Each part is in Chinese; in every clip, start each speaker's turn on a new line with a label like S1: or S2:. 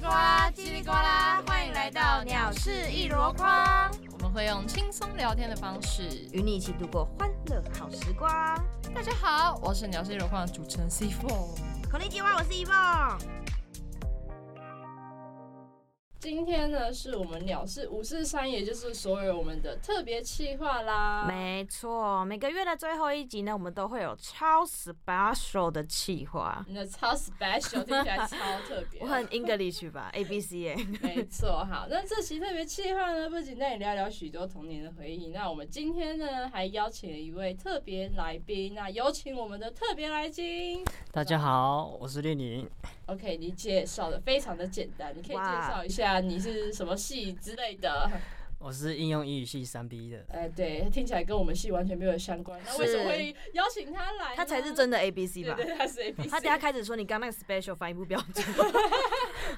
S1: 叽里呱啦，欢迎来到鸟事一箩筐，
S2: 我们会用轻松聊天的方式。
S1: 与你一起度过欢乐好时光。
S2: 大家好，我是鸟事有框的主持人 C Four。
S1: 口令计划，我是一梦。
S2: 今天呢，是我们鸟事五四三，也就是所有我们的特别企划啦。
S1: 没错，每个月的最后一集呢，我们都会有超 special 的企划。
S2: 你的超 special 听起来超特别
S1: 我，很 English 吧，A B C 耶。
S2: 没错。好，那这期特别企划呢，不仅带你聊聊许多童年的回忆，那我们今天呢，还邀请了一位特别来宾，那有请我们的特别来宾。
S3: 大家好，我是列宁。
S2: OK，你介绍的非常的简单，你可以介
S1: 哇
S2: 绍一下你是什么系之类的。
S3: 我是应用英语系三 B 的。
S2: 哎，对，听起来跟我们系完全没有相关。那为什么会邀请他来呢？
S1: 他才是真的 A B C
S2: 对
S1: 吧？
S2: 对，他是 A B C。
S1: 他等下开始说你刚那个 special 发音不标 准。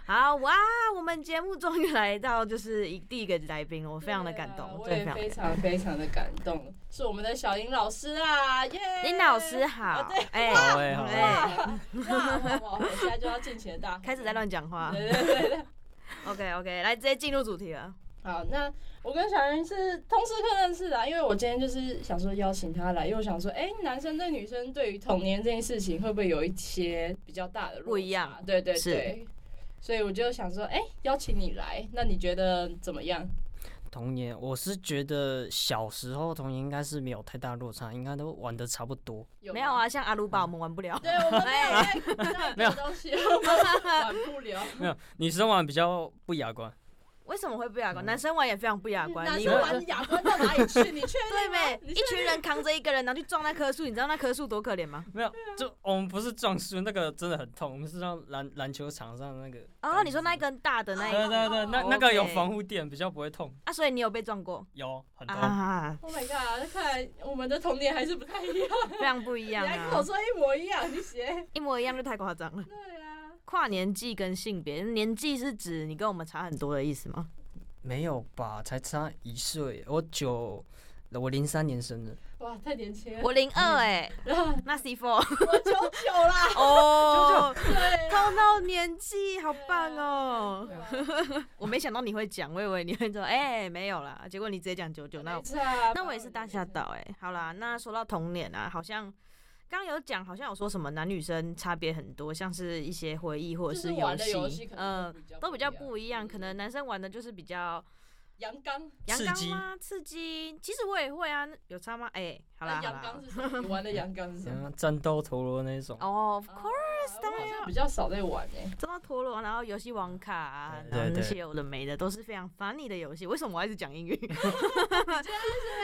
S1: 好哇，我们节目终于来到就是一第一个来宾了，我非常的感动，
S2: 啊我
S1: 真
S2: 也
S1: 的非
S2: 非
S1: 常。
S2: 常非常的感动，是我们的小林老师啦，耶！哦
S1: 林老师好，哎
S3: 好哎，好哎，
S1: 哎，
S2: 哇，哇哇我现在就要尽情的大
S1: 开始在。乱讲话。
S2: 对对对对，
S1: OK OK，来直接进入主题了。
S2: 好，那我跟小林是通识课认识的，因为我今天就是想说邀请他来，因为我想说，哎、男生对女生对于童年这件事情会不会有一些比较大的落差
S1: 不一样？
S2: 对对
S1: 是
S2: 对，所以我就想说，哎、邀请你来，那你觉得怎么样？
S3: 童年，我是觉得小时候童年应该是没有太大落差，应该都玩的差不 多。
S2: 有
S1: 没有啊，？像阿鲁巴我们玩不了。
S2: 对，我们没有在没有东西，我们管不了。
S3: 没有，女生玩比较不雅观。
S1: 为什么会不雅观？男生玩也非常不雅观。
S2: 男
S1: 你
S2: 生
S1: 以为
S2: 玩哑光到哪里去？你确
S1: 对
S2: 定
S1: 呗
S2: 吗？？你
S1: 一群人扛着一个人，然后去撞那棵树，你知道那棵树多可怜吗？
S3: 没有，就我们不是撞树，那个真的很痛。我们是让篮篮球场上那个。
S1: 哦，你说那？根大的那
S3: 对
S1: 一个
S3: 对对，那那
S1: OK
S3: 个有防护垫，比较不会痛。
S1: 啊，所以你有被撞过
S3: 有很痛。
S1: 啊？
S2: Oh my god！看来我们的童年还是不太一样。
S1: 非常不一
S2: 你
S1: 样
S2: 还跟我
S1: 啊，
S2: 说一模一样，你写
S1: 一模一样就太夸张了。
S2: 对啊。
S1: 跨年纪跟性别，年纪是指你跟我们差很多的意思吗？
S3: 没有吧？才差一岁，我九，我零三年生
S1: 嗯
S3: 的。
S2: 哇，太年轻了，
S1: 我零二哎， 那 C four
S2: 我九九啦，
S1: 哦，
S2: 对啊啦，
S1: 高到年纪，好棒哦！
S2: 对啊吧
S1: 我没想到你会讲，我以为你会说哎、没有啦，结果你直接讲九九，那
S2: 没差
S1: 那我也是大吓到。哎、好啦，那说到童年啊，好像刚有讲，好像有说什么男女生差别很多，像是一些回忆或
S2: 就
S1: 者
S2: 是玩
S1: 游
S2: 的游戏
S1: 戏，
S2: 可
S1: 嗯、
S2: 能比较
S1: 都比较不
S2: 不
S1: 一样，可能男生玩的就是比较
S2: 阳刚。
S1: 阳
S3: 刺
S1: 刚
S3: 激
S1: 吗？刺激？其实我也会啊，那有差吗？哎、好啦
S2: 那
S1: 好
S2: 阳
S1: 啦
S2: 刚。是什么？你玩的阳刚是什 么？
S3: 嗯，战斗陀螺那种。
S1: 哦、of
S2: 啊
S1: course，当然
S2: 我好
S1: 要
S2: 像比较少在玩欸诶。
S1: 知道陀螺，然后游戏王卡、啊，
S3: 对
S1: 然后
S3: 对
S1: 那
S3: 对
S1: 些有的没的，都是非常 funny 的游戏。为什么我一直讲英语？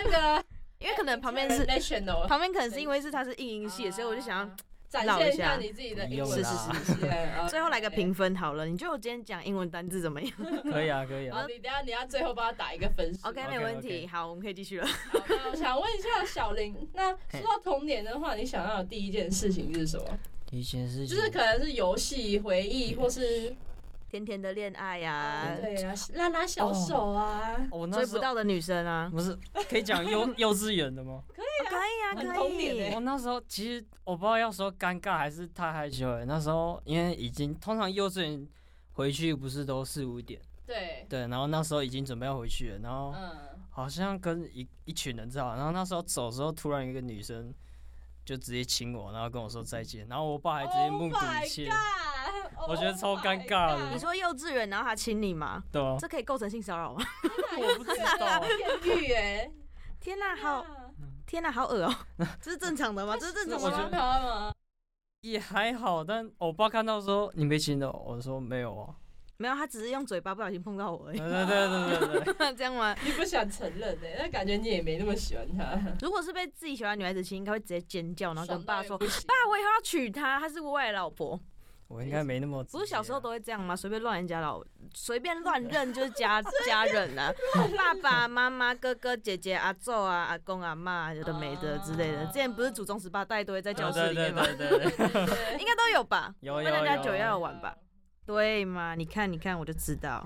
S2: 那个
S1: 因为可能嗯旁边是
S2: national，
S1: 旁边可能是因为是它是英音系的，所以我就想要
S2: 啊展
S1: 绕
S2: 现
S1: 一
S2: 一下
S1: 下
S2: 你自己的
S3: 不
S2: 英
S3: 用
S2: 文啊
S3: 啦
S2: 知识。对
S1: 最后来个。评分好了。你觉得我今天讲英文单字怎 么样
S3: 可以啊，可以
S2: 好，
S3: 啊。
S2: 你等一下你要最后帮他打一个分数。
S1: ？OK，没有问题。好，我们可以继续了。
S2: 好那我想问一下小林， 那说到童年的话，你想到的第一件事情是什么？
S3: 以前是
S2: 就是可能是游戏回忆，或是
S1: 甜甜的恋爱呀、
S2: 对啊，拉拉小手啊，
S3: 我那
S1: 追
S3: 时
S1: 不
S3: 候
S1: 到的女生啊，
S3: 不是可以 讲幼幼稚园的吗？
S1: 哦可以啊，
S2: 很
S1: 可
S2: 童年
S1: 以
S2: 欸。
S3: 我那时候其实我不知道要说尴尬还是太害羞了。那时候因为已经通常幼稚园回去不是都四五点，
S2: 对，
S3: 对，然后那时候已经准备要回去了，然
S1: 哦
S3: 后
S2: 嗯，
S3: 好像跟一一群人在玩，然后那时候走的时候突然有一个女生就直接亲我，然后跟我说再见，然后我爸还直接目睹 一切
S2: Oh my god，
S3: 我觉得超尴尬的
S1: 你说幼稚园，然后他亲你吗？
S3: 对啊，
S1: 这可以构成性骚扰吗？
S3: 我不知
S2: 啊
S3: 道，
S2: 艳遇哎，
S1: 天哪、好天哪、好恶 哦、这是正常的吗？这是正
S2: 怎
S1: 常
S2: 么
S1: 的
S3: 我觉
S1: 吗
S2: 了
S3: 得？
S2: 他吗？
S3: 也还好，但我爸看到说你没亲的，我说没有 啊，
S1: 没有，他只是用嘴巴不小心碰到我而已
S3: 对。对对对对对，
S1: 这样吗？
S2: 你不想承认哎，那感觉你也没那么喜欢他。
S1: 如果是被自己喜欢的女孩子亲，应该会直接尖叫，然后跟爸说：“啊
S2: 不行，
S1: 爸，我以后要娶她，她是我未来老婆。
S3: 我应该没那 么”直接啊。
S1: 不是小时候都会这样吗？随便乱人家老，随便乱认就是家家人啊，爸爸妈妈、哥哥姐姐、阿昼啊、阿公阿妈有的没的之类的。
S2: 啊
S1: 之前不是祖宗十八代都会在教室
S3: 哦对
S1: 里面吗？
S3: 对对对对，
S1: 应该都有吧？
S3: 有有
S1: 问人家
S3: 有
S1: 九
S3: 有
S1: 幺玩吧？对嘛？你看，你看，我就知道。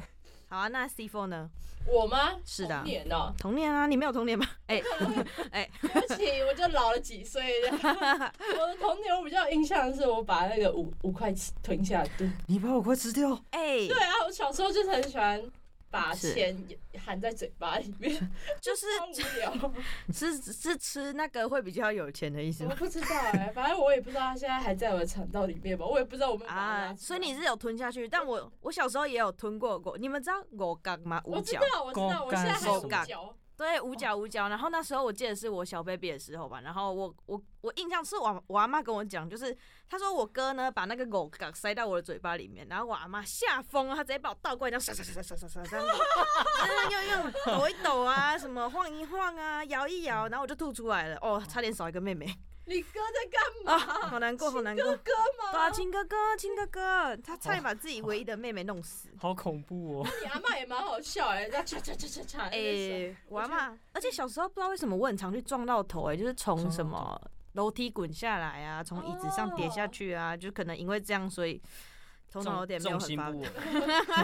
S1: 好啊，那 C four 呢？
S2: 我吗？
S1: 是的
S2: 童年哦、
S1: 童年啊，你没有童年吗？哎、
S2: 对不起，我就老了几岁。 我的童年我比较有印象的是，我把那个五五块吞下肚。
S3: 你把我快吃掉！
S1: 哎、
S2: 对啊，我小时候就是很喜欢把
S1: 是
S2: 钱含在嘴巴里面，
S1: 就是
S2: 超无 聊。
S1: 是是吃那个会比较有钱的意思
S2: 我
S1: 吗？
S2: 不知道哎、反正我也不知道它现在还在我的肠道里面吧，我也不知道我们
S1: 啊，所以你是有吞下去，但我我小时候也有吞过过，你们知道五角吗？五
S2: 我知
S1: 角，
S2: 道，我知道，
S3: 狗
S2: 我现在还有
S1: 手感
S2: 脚，
S1: 对，
S2: 哦
S1: 五角五角。然后那时候我记得是我小 baby 的时候吧，然后我我我印象是我我阿妈跟我讲，就是她说我哥呢把那个狗嘎塞到我的嘴巴里面，然后我阿妈吓疯了，她直接把我倒过来，这样唰唰唰唰唰唰唰这样 子，然后又用抖一抖啊，什么晃一晃啊，摇一摇，然后我就吐出来了，哦，差点少一个妹妹
S2: 你哥在干
S1: 啊，
S2: 嘛？
S1: 好难过，好难过。
S2: 哥
S1: 对啊，
S2: 吗？
S1: 亲哥哥，亲哥哥，他差点把自己唯一的妹妹弄死。
S3: 好恐怖哦！
S2: 你阿妈也蛮好笑哎、欸，在 叉叉叉叉叉，
S1: 哎、
S2: 哎，
S1: 我嗯阿妈，而且小时候不知道为什么我很常去撞到头、哎，就是从什么楼梯滚下来啊，从椅子上跌下去啊，就可能因为这样，所以 头脑有点没有
S3: 重
S1: 很
S3: 心
S1: 发
S3: 不。 稳，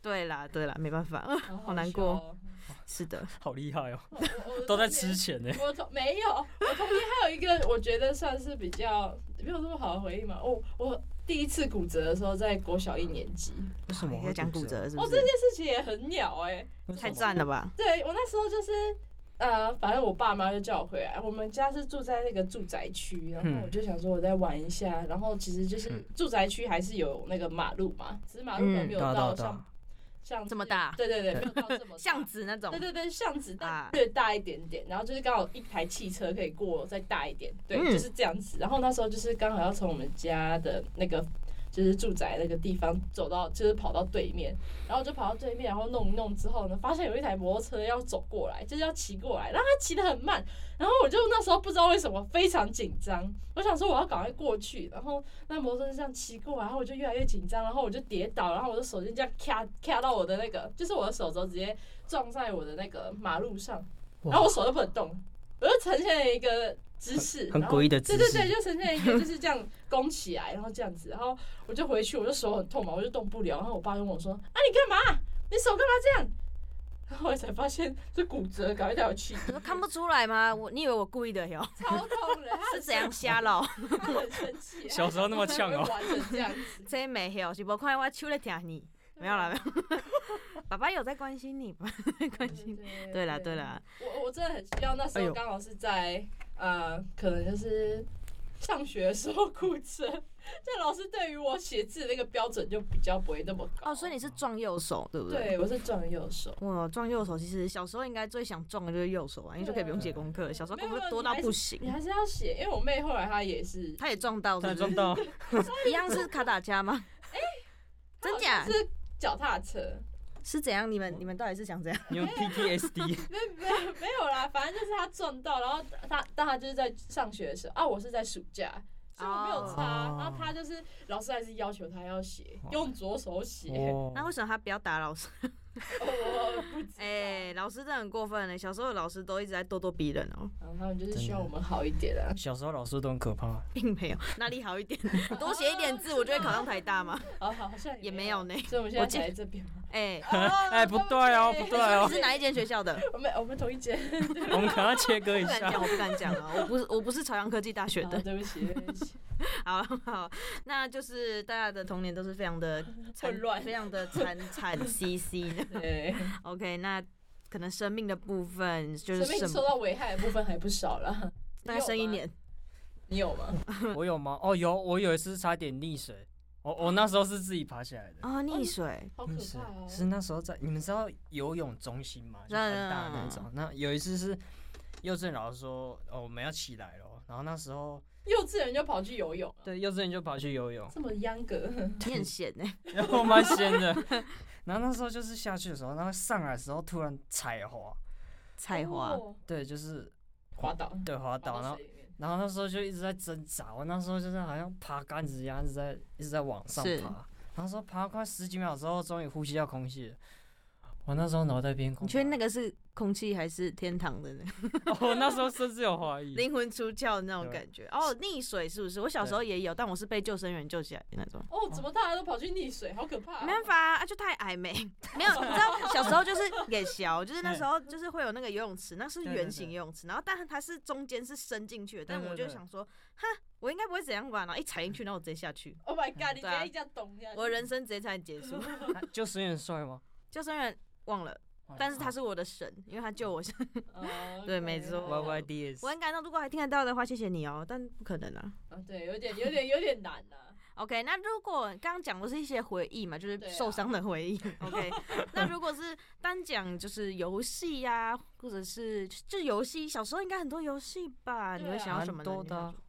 S1: 对啦，对啦，没办 法，嗯好难过是的，
S3: 好厉害哦！
S2: 好哦笑哦，我我的
S3: 都在
S2: 童
S3: 吃
S2: 年。
S3: 钱呢。
S2: 我童没有，我童年还有一个我觉得算是比较没有那么好的回忆嘛。我我第一次骨折的时候在国小一年级，
S3: 为什么
S1: 你在哎讲骨折？是不
S2: 哦，
S1: 是？
S2: 这件事情也很鸟哎、
S1: 太赞了吧！
S2: 对我那时候就是，呃，反正我爸妈就叫我回来。我们家是住在那个住宅区，然后
S3: 嗯
S2: 我就想说我再玩一下。然后其实就是
S3: 嗯
S2: 住宅区还是有那个马路嘛，只是马路可
S1: 嗯
S2: 能没有
S3: 大
S2: 到
S3: 大
S2: 像
S3: 大，
S2: 像
S1: 这么大
S2: 对对对，没有到这么大
S1: 巷。子那种
S2: 对，对对，巷子
S1: 啊
S2: 但略大一点点，然后就是刚好一台汽车可以过，再大一点，对，
S1: 嗯
S2: 就是这样子。然后那时候就是刚好要从我们家的那个就是住宅那个地方走到，就是跑到对面，然后我就跑到对面，然后弄一弄之后呢，发现有一台摩托车要走过来，就是要骑过来，然后它骑得很慢，然后我就那时候不知道为什么非常紧张，我想说我要赶快过去，然后那摩托车就这样骑过来，然后我就越来越紧张，然后我就跌倒，然后我的手就这样卡卡到我的那个，就是我的手肘直接撞在我的那个马路上，
S3: 哇
S2: 然后我手都不能动，我就呈现了一个姿势，
S3: 很
S2: 然后
S3: 诡异的姿
S2: 对
S3: 势。
S2: 对对，就呈现一个就是这样弓起来，然后这样子，然后我就回去，我就手很痛嘛，我就动不了。然后我爸就问我说：“啊，你干嘛？你手干嘛这样？”然后我才发现是骨折，赶快带我去医
S1: 你
S2: 院
S1: 说看不出来吗？我你以为我故意的哟？
S2: 超痛的，他
S1: 是怎样瞎了？
S2: 他很生气，
S3: 小时候那么呛哦
S2: 他玩成这样子。
S1: 这没有，是不看我手在疼你，没有啦，没有。 爸爸有在关心你，爸爸在关心你。对啦，对啦，
S2: 我我真的很希望那时
S3: 哎
S2: 候
S3: 呦
S2: 刚好是在、呃，可能就是上学的时候骨折， 这老师对于我写字那个标准就比较不会那么高。
S1: 哦，所以你是撞右手，对不对？
S2: 对我是撞右手，
S1: 哇，撞右手，其实小时候应该最想撞的就是右手啊，因为就可以不用写功课。小时候功课多到不
S2: 你
S1: 行，
S2: 还是要写，因为我妹后来她也是，
S1: 他也撞到，是
S3: 他也
S1: 不
S3: 撞
S1: 是？
S3: 到，
S1: 一样是卡打家 吗？真
S2: 她
S1: 假
S2: 好像哦是哦脚踏车，
S1: 是怎样？你们你们到底是想怎样？
S3: 你有 PTSD，
S2: 没没没有啦，反正就是她撞到，然后她但她就是在上学的时候啊，我是在暑假。所以我没有擦
S3: 哦
S2: 然后她就是老师还是要求她要写，
S3: 哦
S2: 用左手写。
S1: 那为
S3: 哦，
S1: 什么他不要打老师？
S2: 我不知道。
S1: 哎，老师真的很过分欸呢。小时候老师都一直在咄咄逼人哦，
S2: 然后啊他们就是希望我们好一点啊。
S3: 小时候老师都很可怕，
S1: 并没有哪里好一 点，多写一点字，我就会考上台大嘛。
S2: 哦，好，好像
S1: 也没有。呢。
S2: 所以我们现在才在这边啊吗？
S1: 哎，
S3: 哎，不对哦，不对
S1: 你
S3: 哦，
S1: 是哪一间学校 的？
S2: 我们我们同一间。
S3: 我们可能要切割一
S1: 不敢
S3: 下
S1: 讲，。我不敢讲啊！我不是我不是朝阳科技大学
S2: 啊
S1: 的。
S2: 对不起，对不起。
S1: 好 好，那就是大家的童年都是非常 的惨
S2: 混乱
S1: 非常的 惨惨兮兮的。
S2: 对，
S1: OK，那可能生命的部分就是
S2: 生命
S1: 什
S2: 受
S1: 么？
S2: 到危害的部分还不少啦。
S1: 大概生一年，
S2: 你有吗？
S3: 我有吗？哦，有，我有一次差点溺水，我我那时候是自己爬起来的。
S1: 哦，溺水，
S2: 好可
S3: 溺水
S2: 怕哦！
S3: 嗯是那时候在你们知道游泳中心吗？
S1: 知
S3: 就
S1: 道
S3: 很大
S1: 知道
S3: 那种。那有一次是幼稚园老师说，哦，我们要起来了，然后那时候
S2: 幼稚园就跑去游泳了，
S3: 对幼稚园就跑去游 泳，
S2: 这么秧歌。
S1: 你 很欸险呢。
S3: 然后蛮险的。 然后那时候就是下去的时候，然后上来的时候突然踩滑，
S1: 菜花，
S2: 哦
S3: 对，就是
S2: 滑倒，
S3: 对滑倒，然
S2: 到
S3: 后
S2: 水里面。
S3: 然后那时候就一直在挣扎，我那时候就是好像爬杆子一样，一直在一直在往上
S1: 是
S3: 爬。然后说爬了快十几秒之后，终于呼吸到空气了，我那时候脑袋边空
S1: 你
S3: 白。
S1: 确定那个是空气还是天堂的呢？
S3: 我那时候甚至有怀疑。
S1: 灵魂出窍的那种
S3: 对
S1: 感觉。哦，溺水是不是？我小时候也有，但我是被救生员救起来的那种。
S2: 哦，怎么大家都跑去溺水，好可怕、啊！
S1: 没办法啊，就太矮没 没有，你知 道小时候就是也小，就是那时候就是会有那个游泳池，那是
S3: 对对
S1: 圆形
S3: 对
S1: 游泳池，然后但它是中间是伸进去的，但
S3: 对
S1: 我
S3: 对
S1: 就
S3: 对
S1: 想说，哈，我应该不会怎样吧，然后一踩进去，然后我直接下 去，
S2: Oh my god！你直
S1: 对啊
S2: 接这样懂一下，
S1: 我的人生直接差点结束。
S3: 他救生员帅 吗？
S1: 救生员忘 了，但是他是我的神，因为他救我。
S2: 哦
S1: 对
S2: OK
S1: 没错
S3: Y Y D 也是
S1: 我。很感动，如果还听得到的话，谢谢你哦，但不可能啊。
S2: 啊，对，有点有点有点难呐、啊。
S1: OK，那如果刚刚讲的是一些回忆嘛，就是
S2: 对啊
S1: 受伤的回 忆。OK，那如果是单讲就是游戏呀，或者是就游戏，小时候应该很多游戏吧？
S2: 对啊
S1: 你会想要什么
S3: 蛮
S1: 呢？
S3: 多
S1: 你
S3: 的
S1: 想要
S3: 啊
S1: 什么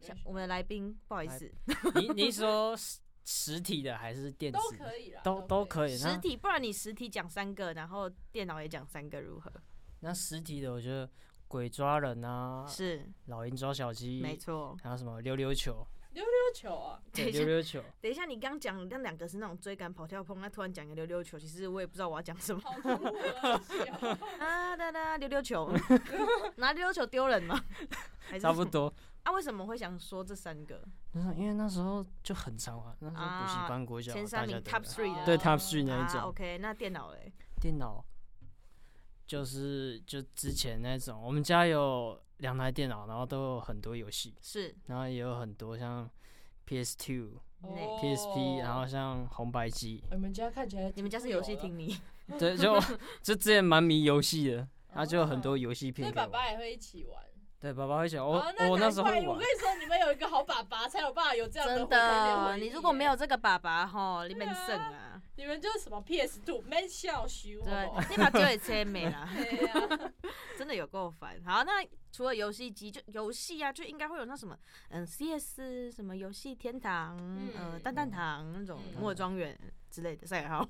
S1: 想我们的来宾，不好意思，
S3: 你你是说实实体的还是电
S2: 都
S3: 子的？
S2: 可以啦，
S3: 都都
S2: 以。
S3: 可以。
S1: 实
S3: 那
S1: 体，不然你实体讲三个，然后电脑也讲三个，如何？
S3: 那实体的，我觉得鬼抓人啊，
S1: 是，
S3: 老鹰抓小鸡，
S1: 没错。
S3: 还有什么溜 溜球？
S2: 溜球啊，
S1: 等
S3: 对，
S1: 一下
S3: 溜 溜球。
S1: 等一下，你刚讲那两个是那种追赶、跑、跳、碰，那突然讲一个溜溜球，其实我也不知道我要讲什么
S2: 好恐怖啊！笑
S1: 啊！哒哒，溜溜球， 拿溜溜球丢 人吗？还是
S3: 差不
S1: 什么
S3: 多。
S1: 啊，为什么会想说这三个？
S3: 那时候因为那时候就很常玩，那时候补
S1: 啊
S3: 习班、国小
S1: 前
S3: 大
S1: 三
S3: 家
S1: 名
S3: 都
S1: top
S3: 有
S1: three 的
S3: 对
S2: 啊
S3: Top Three 那一
S1: 啊
S3: 种。
S1: ，OK，那电脑嘞？
S3: 电脑就是就之前那种，我们家有两台电脑，然后都有很多游戏，
S1: 是
S3: 然后也有很多像 PS Two、
S1: 那
S3: PSP，然
S2: 哦
S3: 后像红白机，
S2: 我们家看起来
S1: 你们家是游戏厅你？
S3: 对，就就之前蛮迷游戏的，然后就有很多游戏
S2: 富有
S3: 片
S2: 了，所以
S3: 给
S2: 哦爸
S3: 我。
S2: 爸也会一起玩。
S3: 对，爸爸会想，我
S2: 哦
S3: 我那
S2: 难
S3: 时候
S2: 怪
S3: 会
S2: 我
S3: 玩
S2: 跟，你说，你们有一个好爸爸，才有办法有这样
S1: 真
S2: 回忆
S1: 的，你如果没，有这个爸爸吼，你们
S2: 对啊
S1: 剩啊，
S2: 你们就是什么 PS Two 没笑羞。
S1: 对，你把酒也切没啦，
S2: 对呀，
S1: 真的有够烦。好，那除了游戏机，就游戏啊，就应该会有那什么，嗯，CS 什么游戏天堂，呃，
S2: 嗯
S1: 蛋蛋堂那种
S2: 嗯
S1: 摩尔庄园之类的赛尔号，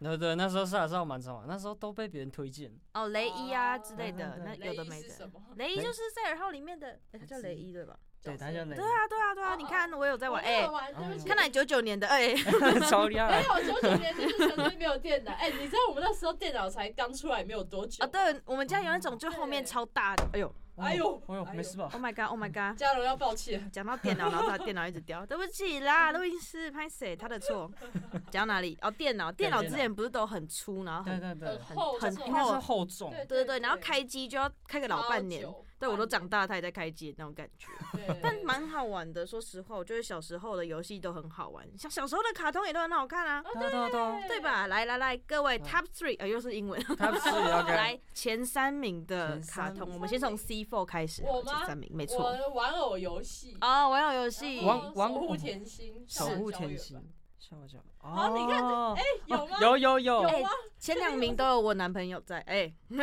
S3: 对对，那时候是啊还是蛮常玩，那时候都被别人推荐。
S1: 哦，雷伊啊之类
S3: 对
S1: 的，那
S3: 对
S1: 有的
S2: 雷
S1: 没
S2: 伊是
S1: 的
S2: 什。么？
S1: 雷伊
S3: 雷
S1: 就是赛尔号里面的，哎，他叫雷伊对吧？
S3: 对，他叫
S2: 角色
S3: 那
S1: 对啊，对啊，对啊，
S2: 哦
S1: 你看我有在
S2: 我
S1: 玩，
S2: 没
S1: 哎
S2: 有，玩，对不
S3: 嗯
S2: 起，
S1: 看来九九年的， 哎，
S3: 个 超厉
S2: 没
S3: 害。
S2: 有，九九年就是手机没有 电脑。哎、你知道我们那时候电脑才刚出来没有多久
S1: 啊，，对，我们家有那种就后面
S2: 对
S1: 超大的，哎呦
S2: 哎呦
S3: 哎呦，
S2: 哎呦
S3: 没事吧？
S1: ，Oh my god，Oh my god，
S2: 嘉荣要抱歉。
S1: 讲到电脑，然后 他电脑一直掉，对不起啦，录音师拍谁？他的错。 讲到哪里？哦，电脑，电脑之前不是都很粗，然后
S3: 对
S1: 很
S3: 对对，
S1: 很
S2: 厚
S1: 很
S2: 重
S1: 应
S3: 应该
S1: 该
S3: 是
S1: 是。
S3: 厚重。
S2: 哦对
S1: 哎对对对，然后开机就要开个老半年
S2: 超，久
S1: 对我都长大，他也在开机那种感觉，
S2: 对对
S1: 但蛮好玩的。说实话，我觉得小时候的游戏都很好玩，像小时候的卡通也都很好看啊，
S3: 对对对，
S1: 对吧？来来来，各位
S3: 嗯
S1: Top Three，呃，又是英文，
S3: 他不是也要跟
S1: 来前三名的
S3: 前三
S1: 卡
S3: 名
S1: 通，我们先从 C Four 开始。
S2: 我
S1: 好前
S2: 吗
S1: 三名，没
S2: 我
S1: 错。
S2: 的玩偶游戏，
S1: 哦，玩偶游戏
S2: 然，
S3: 王
S2: 后
S3: 王
S2: 守护甜心，
S3: 守护甜
S2: 校园
S3: 心，笑我笑。
S2: 好你看哎
S3: 哦，
S2: 吧，有吗？
S3: 有有有，
S2: 有吗？
S1: 前两名都有我男朋友在，哎，
S2: 你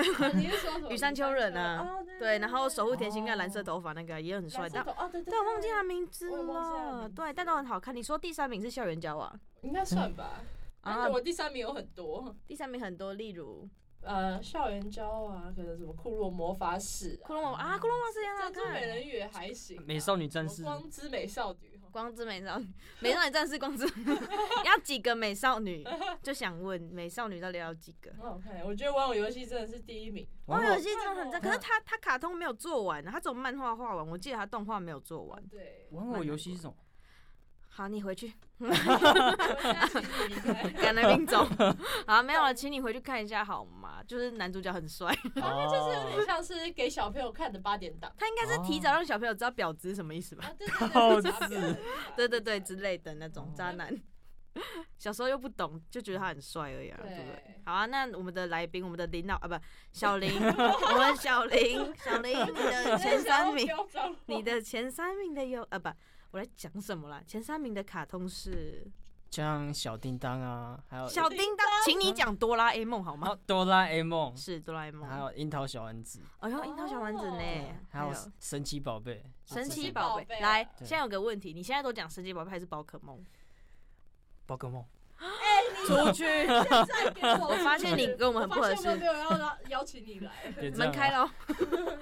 S2: 是说什么
S1: 羽山丘人啊
S2: 哦
S1: 对，然后守护甜心那
S3: 哦
S1: 蓝色头发那个也很帅，
S2: 蓝
S1: 但
S2: 色头哦对对，
S1: 但我忘记
S2: 对
S1: 他名字
S2: 我也忘记他的
S1: 了，
S2: 名字
S1: 对，但都很好看。你说第三名是校园交往
S2: 应该算吧。
S1: 啊
S2: 啊，，我第三名有很多，
S1: 第三名很多，例如
S2: 呃，校园交啊，可能什么库洛魔法使啊、
S1: 库洛魔啊，库洛魔是也很好
S2: 珍珠美
S1: 看。
S2: 人鱼也还行啊，
S3: 美少女战
S2: 什
S3: 士
S2: 么光之美少女哦哈。
S1: 光之美少女，美少女战士光之， 要几个美少女？就想问美少女到底要几个？
S2: 很好看，欸我觉得玩偶游戏真的是第一名。
S1: 哇，
S3: 玩
S1: 游
S3: 偶
S1: 戏真的很赞，可是他他卡通没有做完，他只有漫画画完，我记得他动画没有做完。
S2: 对，
S3: 玩偶游戏是什么？
S1: 好，你回去，
S2: 我现在请你离开。
S1: 赶来宾 走。好，没有了，请你回去看一下好吗？就是男主角很帅，
S2: 它 就是有
S3: 哦
S2: 点像是给小朋友看的八点档
S1: 他应该是提早让小朋友知道婊子是什么 意思吧？
S2: 啊，对对
S3: 好
S2: 对，查表
S3: 刺
S1: 对对对，之类的那种
S3: 哦
S1: 渣男。 小时候又不懂，就觉得他很帅而已啊，对不对？
S2: 对，
S1: 好啊，那我们的来宾，我们的林老啊，不， 小林，我们小林，小林，你 的前三名，
S2: 名
S1: 你的前三名的有啊，不，我来讲什么啦？前三名的卡通是
S3: 像小叮当啊，还有
S1: 小叮当，请你讲哆啦 A 梦好吗？
S3: 哦哆啦 A 梦，
S1: 是哆啦 A 梦，
S3: 还有樱桃小丸子，
S1: 哎呦，樱桃小丸子
S2: 哦
S1: 呢，
S3: 还有神奇宝贝，
S1: 神奇
S2: 神奇
S1: 宝
S2: 宝
S1: 贝
S2: 贝。啊
S1: 来，
S3: 对
S1: 现在有个问题，你现在都讲神奇宝贝还是宝可梦？
S3: 宝可梦。
S2: 哎，你
S1: 出去，
S2: 再 给我
S1: 发现你跟我们很不合
S2: 我发现我
S1: 适
S2: 们没有要邀邀请 你来，
S3: 也这
S1: 门
S3: 样
S1: 开
S3: 啊，
S1: 了。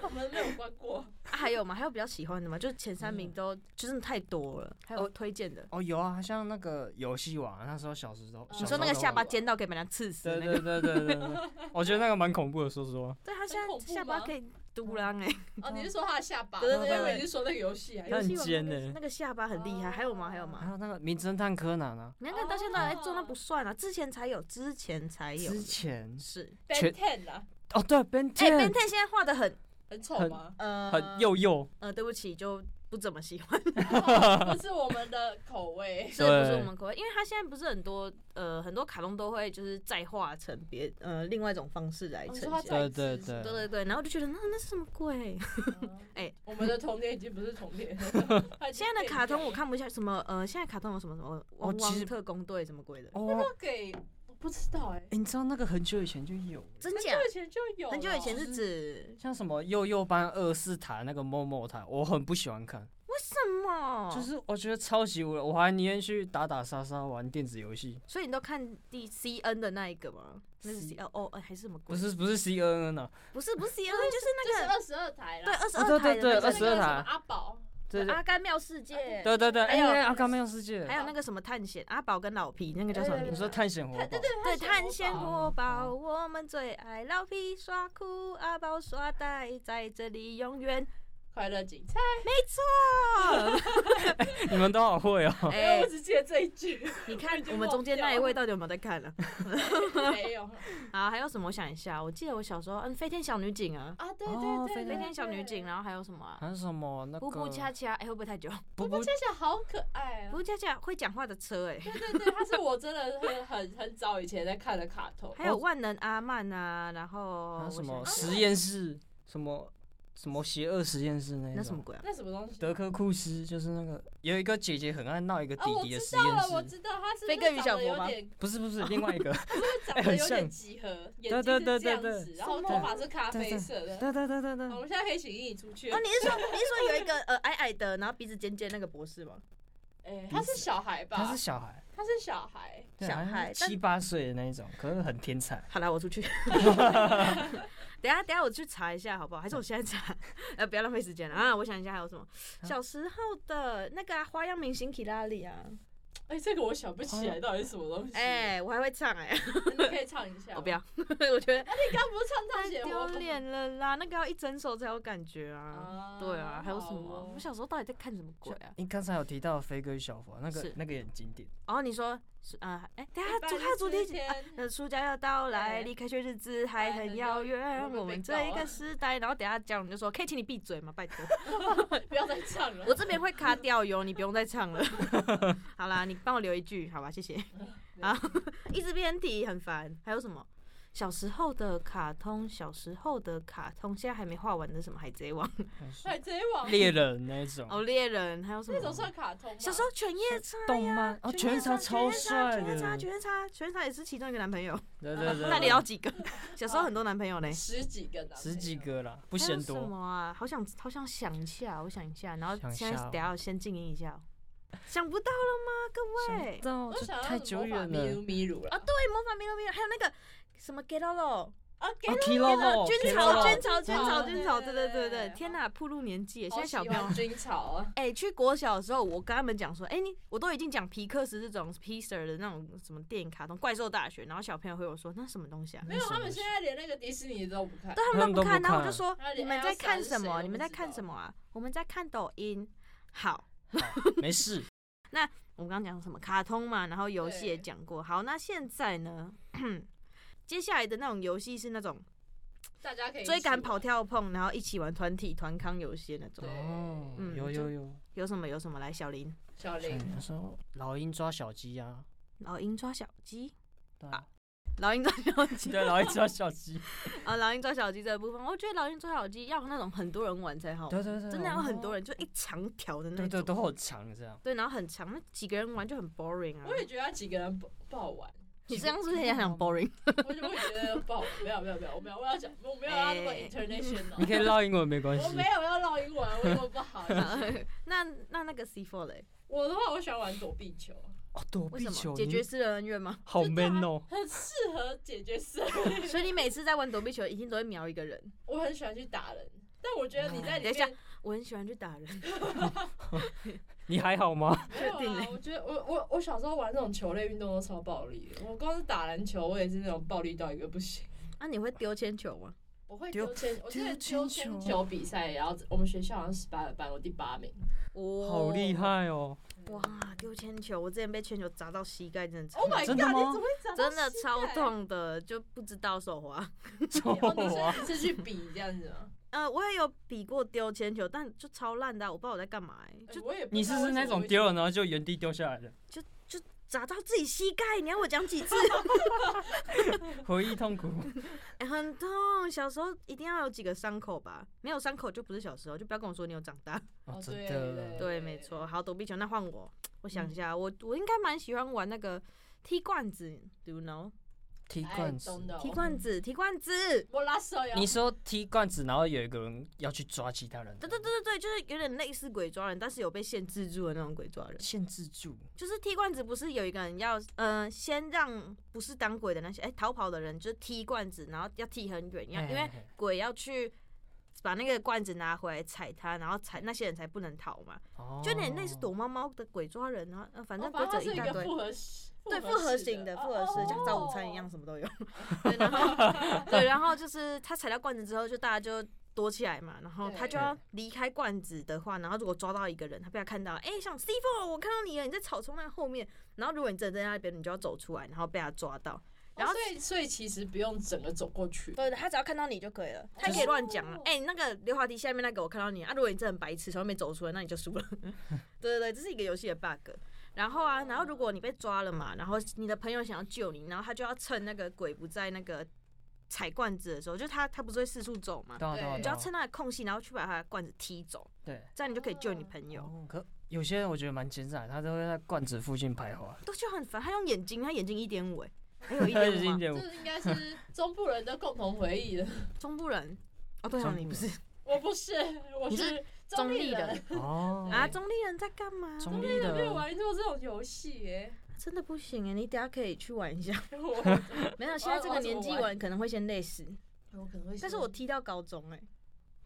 S2: 我们没有关 过。
S1: 啊还有吗？还有比较喜欢的吗？就是前三
S3: 嗯
S1: 名都就是太多了，还有
S3: 哦
S1: 推荐的。
S3: 哦，有啊，像那个游戏王，那时候小时候，
S2: 你
S1: 你
S3: 小时
S1: 嗯说
S3: 候
S1: 那个
S3: 都
S1: 下
S3: 玩
S1: 巴尖到可以把人家刺死的
S3: 对
S1: 那个
S3: 对，对对对对，我觉得那个蛮恐怖的，说实话。
S1: 对他现
S2: 很
S1: 在
S2: 恐怖
S1: 下巴
S2: 吗
S1: 可以嘟囔哎，
S2: 哦，你是说他的下巴？
S1: 对
S3: 对对
S2: 我以为
S1: 对
S2: 你是说那个游戏啊，
S3: 那
S1: 游
S2: 游
S3: 很
S1: 戏
S2: 戏
S1: 王
S3: 尖啊
S1: 那个
S3: 欸
S1: 那个下巴很厉害。还有吗？还有
S3: 还
S1: 吗？
S3: 有那个名侦探柯南啊，
S1: 你要看到现在哎，做那不算啊，之前才有，之前才有，
S3: 之前
S1: 是。
S2: Ben
S3: 全
S2: Ten 啊，
S3: 哦对，Ben
S1: 哎
S3: Ten
S1: ，Ben Ten 现在画的很
S2: 很丑
S3: 很
S2: 吗？
S1: 呃
S3: 很幼幼，
S1: 呃，对不起，就不怎么喜欢，
S2: 不哦是我们的口味。
S1: 是不是
S3: 对
S1: 我们口味？因为他现在不是很多呃很多卡通都会就是再画成别呃另外一种方式来
S2: 哦
S1: 呈
S2: 你说他
S1: 现。
S2: 再
S3: 对
S2: 一次
S3: 对
S2: 是
S3: 对
S1: 对对对，然后就觉得那那是什么鬼？ 哎
S2: 嗯我们的童年已经不是童年了。 它已经
S1: 现在的卡通
S2: 变
S1: 我看不下什么呃，现在卡通有什么什么汪
S3: 哦其
S1: 汪
S3: 实
S1: 特工队什么鬼的，
S3: 哦，
S2: 调给我不知道哎，
S3: 诶你知道那个很久以前就有，
S1: 真
S2: 很
S1: 假？
S2: 久以前就有了，哦
S1: 很久以前是
S3: 就是
S1: 指
S3: 像什么幼幼班二四塔那个某某塔，我很不喜欢看，
S1: 为什么？
S3: 就是我觉得超级无聊，我还宁愿去打打杀杀玩电子游戏，
S1: 所以你都看 D C N 的那一个吗？那是 C L O N 还是什么
S3: 不
S1: 鬼？
S3: 是不是 C N N 啊，
S1: 不是不是 C N，就是那
S2: 就是
S1: 个
S2: 二十二台
S1: 对
S2: 啦，
S1: 二十
S3: 啊
S1: 二
S3: 对
S1: 台的
S3: 对
S1: 那
S3: 对
S1: 个
S2: 就是那个
S3: 22台
S2: 什么阿宝，
S3: 对对
S1: 阿甘妙世界，
S3: 对对对，
S1: 还有
S3: 哎，阿甘没有世界
S1: 还，有那个什么探险阿宝跟老皮那个叫什么
S2: 对
S1: 名
S3: 你
S1: 字？
S3: 说探险活宝，
S1: 对，探险
S2: 宝
S1: 活宝，
S3: 哦
S1: 我们最爱老皮耍酷，阿宝耍呆，在这里永远
S2: 快乐警察。
S1: 错。
S3: 你们都好会哦，
S1: 哎
S2: 我， 只记得这一句，
S1: 你看
S2: 已经
S1: 我们
S2: 忘
S1: 中间
S2: 掉
S1: 那一
S2: 了
S1: 位到底有没有在看呢？
S2: 没有
S1: 啊，还有什么？我想一下，我记得我小时候，嗯，飞天小女警啊，
S2: 啊，对
S3: 哦
S2: 对对，
S3: 飞
S1: 飞
S2: 对
S1: 天小女警，。
S2: 对
S1: 然后还有什么啊？
S3: 还有什么那个
S1: 布布恰恰，哎，会不会太久？
S3: 不
S2: 我
S3: 不
S2: 恰恰好可爱啊
S1: 布！布恰恰会讲话的车，哎，
S2: 对对对，它是我真的很 很很早以前在看的卡通。
S1: 还有万能阿曼啊，然后
S3: 还有
S1: 我
S3: 什
S1: 想啊
S3: 么
S1: 一下
S3: 实验室，什么什么邪恶实验室那一
S1: 那
S3: 种
S1: 什么鬼啊？
S2: 那什么东西？
S3: 德科库斯就是那个有一个姐姐很爱闹一个
S1: 哦
S3: 弟
S2: 啊，我
S3: 弟的
S2: 知
S3: 实
S2: 道了，我
S3: 验室，
S2: 知道，它是
S1: 飞
S2: 不
S1: 哥
S2: 是
S1: 与
S2: 长
S1: 小
S2: 得
S1: 佛
S2: 有
S1: 吗
S2: 点
S3: 不是不是另 外一个，
S2: 长得有
S3: 哎很像
S2: 点几何，
S3: 对
S2: 眼睛
S3: 对
S2: 是
S3: 对
S2: 这样
S3: 对对
S2: 子，然后
S1: 什么
S2: 头发是咖啡
S3: 对
S2: 色的。
S3: 对对对对对嗯
S2: 好我，们现在可以请你出去。
S1: 哦，你是说你是说有一个呃矮矮的，然后鼻子尖尖那个博士吗？
S2: 哎，他是小孩吧？
S3: 他是小孩，
S2: 他是小孩，
S3: 对
S1: 小
S3: 好像
S1: 孩
S3: 是七八岁的那一种，可是很天才。
S1: 好啦，我出 去。等一下等一下，我去查一下好不好？还是我现在查？ 呃，不要浪费时间了啊！我想一下还有什么？小时候的那个啊花样明星提拉里啊，
S2: 哎，这个我想不起
S3: 哦
S2: 来到底是什么东西。
S1: 哎，我还会唱哎，
S2: 你可以唱一下 吗。
S1: 我不要，我觉得
S2: 你刚不是唱
S1: 太
S2: 探险活
S1: 丢
S2: 宝？
S1: 脸了啦，那个要一整首才有感觉啊。
S2: 啊
S1: 对啊，还有什
S2: 好
S1: 么啊？
S2: 哦
S1: 我小时候到底在看什么鬼啊？
S3: 你刚才有提到飞哥与小佛，那
S1: 是
S3: 个那个也很经典，
S1: 哦，你说是啊？哎，等一啊下主他的
S2: 一半
S1: 主
S2: 之
S1: 题曲
S2: 间
S1: 那暑假要到来，
S2: 对
S1: 离开学日子还很遥
S2: 还
S1: 远，
S2: 很遥远
S1: 我们啊这一个时代。然后等一下讲，你就说可以请你闭嘴吗？拜托，
S2: 不要再唱 了。
S1: 我这边会卡掉哟，你不用再唱了。好啦，你帮我留一句，好吧，谢谢。啊，一直偏题很烦。还有什么？小时候的卡通，小时候的卡通，现在还没画完的什么《海贼王》
S3: 像是
S2: 海贼王
S3: 猎人那一
S1: 哦，
S3: 种，
S1: 《猎人》，还有什
S2: 那种
S1: 么？
S2: 算卡通吗？
S1: 小时候犬夜叉，
S3: 动漫哦，全
S1: 夜
S3: 员
S1: 叉
S3: 超超帅
S1: 犬夜叉，
S3: 的，
S1: 犬夜叉，犬夜叉也是其中一个男朋 友。
S3: 对对对，
S1: 那你要几 个？小时候很多男朋友嘞。
S2: 十几个呢，
S3: 十几个啦，
S1: 不
S3: 不嫌
S1: 什
S3: 多。
S1: 么啊？好想好想想一下，我想一下，然后
S3: 想一
S1: 现在
S3: 下
S1: 等
S3: 哦
S1: 下我先静音一下哦。想不到了吗，各
S3: 想
S1: 位
S3: 不？到
S2: 我
S3: 这
S2: 想要
S3: 太久远
S2: 咪
S3: 了
S2: 噜。咪噜了
S1: 啊，对，魔法咪噜咪噜，还有那个什么 Get Out，
S2: 啊，给
S3: 啊
S2: 我
S3: k i l o
S1: 军曹，军
S3: 哦
S2: 军
S1: 曹，
S2: 曹
S1: 军曹，军曹，对对
S2: 哦对对
S1: 对
S2: 对
S1: 对，
S2: 对
S1: 天哪，暴露年纪耶，
S2: 好
S1: 现在小
S2: 喜
S1: 朋友
S2: 欢。军草啊，
S1: 哎、去国小的时候，我跟他们讲说，哎、你我都已经讲皮克斯这种 Pixar 的那种什么电影卡通《怪兽大学》，然后小朋友回我说那什么东西啊？
S2: 没有，他们现在连那个迪士尼都不看
S1: 对，他们都不
S3: 嗯他
S1: 看，
S3: 们都
S1: 然后
S3: 不
S1: 我就
S3: 看
S1: 说
S2: 他
S1: 你
S2: 连
S1: 们在
S2: Elsa
S1: 看
S2: 是
S1: 什
S2: 谁
S1: 么？
S2: 都
S1: 你
S2: 不
S1: 们在
S2: 知
S1: 看
S2: 道
S1: 什么啊？我们在看抖音。好，
S3: 没事，
S1: 我们刚刚讲什么卡通嘛，然后游戏也
S2: 对
S1: 讲过。好，那现在呢？ 接下来的那种游戏是那种
S2: 大家可以一起
S1: 追赶、
S2: 玩
S1: 跑、跳、碰，然后一起玩团体团康游戏的那种
S2: 对。
S3: 哦
S1: 嗯，
S3: 有
S1: 就
S3: 有有。
S1: 有什么有什么？来，小林，
S2: 小林
S3: 嗯，那时候老鹰抓小鸡啊，
S1: 老鹰抓小鸡，
S3: 对
S1: 啊老鹰抓小鸡
S3: 对，老鹰抓小鸡，
S1: 啊，老鹰抓小鸡这部分，我觉得老鹰抓小鸡要那种很多人玩才好，
S3: 对对对，
S1: 真的要
S3: 哦
S1: 很多，人，就一长条的那
S3: 对对，
S1: 种。
S3: 都很长这样。
S1: 对，然后很长，那几个人玩就很 boring 啊
S2: 我。也觉得他几个人不不好玩，
S1: 你这样是不是也想 boring？
S2: 我就会觉得不好玩，没有没有没有，我没有我要讲，我没有要那么
S1: 哎
S2: international，
S3: 你可以唠英文没关
S2: 我
S3: 系
S2: 没，有要绕英文，我有不好？谢谢
S1: 那那那个 C four 嘞？
S2: 我的话，我喜欢玩躲避球，
S3: 哦，躲
S1: 为
S3: 避
S1: 什
S3: 球
S1: 么？解决
S3: 你
S1: 私人恩怨吗？
S3: 好
S2: 就是
S3: man
S2: 它
S3: 哦，
S2: 很适合解决事。
S1: 所以你每次在玩躲避球，一定都会瞄一个人。
S2: 我很喜欢去打人，但我觉得你在里
S1: 等一下
S2: 面
S1: 我很喜欢去打人，
S3: 你还好吗？
S2: 没有
S1: 确定
S2: 啊
S1: 欸。
S2: 我觉得我我我小时候玩那种球类运动都超暴力的，我光是打篮球，我也是那种暴力到一个不行。
S1: 那、啊你会丢铅球吗？
S2: 我会
S3: 丢
S2: 丢铅，我之前
S3: 丢
S2: 丢
S3: 铅球
S2: 铅球比赛，然后我们学校好像十八个班，我第八名。
S3: 好厉！害哦！
S1: 哇，丢铅球，我之前被铅球砸到膝盖，真的超
S2: Oh my
S1: 痛
S2: god！
S3: 真
S2: 你
S3: 的
S2: 怎
S3: 吗
S2: 么会长到
S1: 真的
S2: 膝
S1: 超
S2: 盖？
S1: 痛的，就不知道手滑。
S2: 哦，你
S3: 哇，
S2: 是你是去比这样子啊 吗？
S1: 呃，我也有比过丢铅球，但就超烂的啊、我不知道我在干嘛、欸，
S2: 就
S1: 就
S2: 哎我也不
S3: 你
S2: 知
S3: 是
S2: 道
S3: 不
S2: 为
S3: 是
S2: 什
S3: 那
S2: 么
S3: 种
S2: 会
S3: 丢
S2: 去
S3: 了然后就原地丢下来的？
S1: 砸到自己膝盖，你要我讲几次？
S3: 回忆痛苦，
S1: 欸很痛，小时候一定要有几个伤口吧，没有伤口就不是小时候，就不要跟我说你有长大。
S3: 哦，
S2: 哦
S3: 真
S2: 对嗯
S3: 的，
S1: 对，没错。好，躲避球，那换我，我想一下，我我应该蛮喜欢玩那个踢罐子，do you know？
S3: 踢
S2: 哎
S3: 罐子
S2: 懂。的
S1: 踢罐子，踢罐子。
S2: 我拉手
S1: 啊
S2: 呀。
S3: 你说踢罐子，然后有一个人要去抓其他人，
S1: 对对，对对对，就是有点类似鬼抓人，但是有被限制住的那种鬼抓人。
S3: 限制住。
S1: 就是踢罐子，不是有一个人要，嗯、先让不是当鬼的那些，哎、逃跑的人就是踢罐子，然后要踢很远，要因为
S2: 哎
S3: 嘿嘿嘿
S1: 鬼要去把那个罐子拿回来踩它，然后踩那些人才不能逃嘛，
S3: 哦
S1: 就有点类似躲猫猫的鬼抓人啊，呃反
S2: 哦
S1: 正规
S2: 反正
S1: 则
S2: 它是一
S1: 大
S2: 个
S1: 堆。
S2: 复合式，
S1: 对，复
S2: 式
S1: 合型的，复合式，像早午餐一。
S2: 哦
S1: 样，什么都有。 对，然 后对，然后就是他踩到罐子之后，就大家就躲起来嘛，然后他
S2: 对
S1: 就要离开罐子的话，然后如果抓到一个人，他被他看到，哎、像 C four，我看到你了，你在草丛那后面，然后如果你真的在那边，你就要走出来，然后被他抓到。然后
S2: 哦所以所以其实不用整个走过去，
S1: 对，他只要看到你就可以了，他
S3: 就
S1: 可以
S3: 是
S1: 乱讲了。哎、那个溜滑梯下面那个我看到你啊，如果你真的很白痴，从后面走出来，那你就输了。 对对对，这是一个游戏的 bug。然后啊，然后如果你被抓了嘛，然后你的朋友想要救你，然后他就要趁那个鬼不在那个踩罐子的时候，就他他不是会四处走嘛，
S3: 对啊，
S2: 对
S3: 对啊，
S1: 你
S3: 对
S1: 就
S3: 啊
S1: 要趁他的空隙，然后去把他的罐子踢走，
S3: 对。
S1: 这样你就可以救你朋友。
S3: 哦可有些人我觉得蛮奸诈的，他都会在罐子附近徘徊。
S1: 都就很烦，他用眼睛，他眼睛一点五，哎，还有一
S3: 他
S1: 点五
S3: 已经
S1: 吗？
S3: 点
S2: 这应该是中部人的共同回忆了。
S1: 中部人，哦对啊，
S3: 中
S1: 你
S3: 部
S1: 不是
S2: 我不是，我
S1: 你是
S2: 是
S1: 中
S2: 立
S1: 立的
S2: 人，
S3: 哦，
S1: 啊？中立人在干嘛？
S3: 中 立
S2: 没有
S3: 的
S2: 玩过这种游戏耶。
S1: 真的不行哎，你等下可以去玩一下。
S2: 我
S1: 没有，现在这个年纪哦
S2: 我要怎么
S1: 玩可能会先累死，
S2: 我可能会，
S1: 但是我踢到高中哎、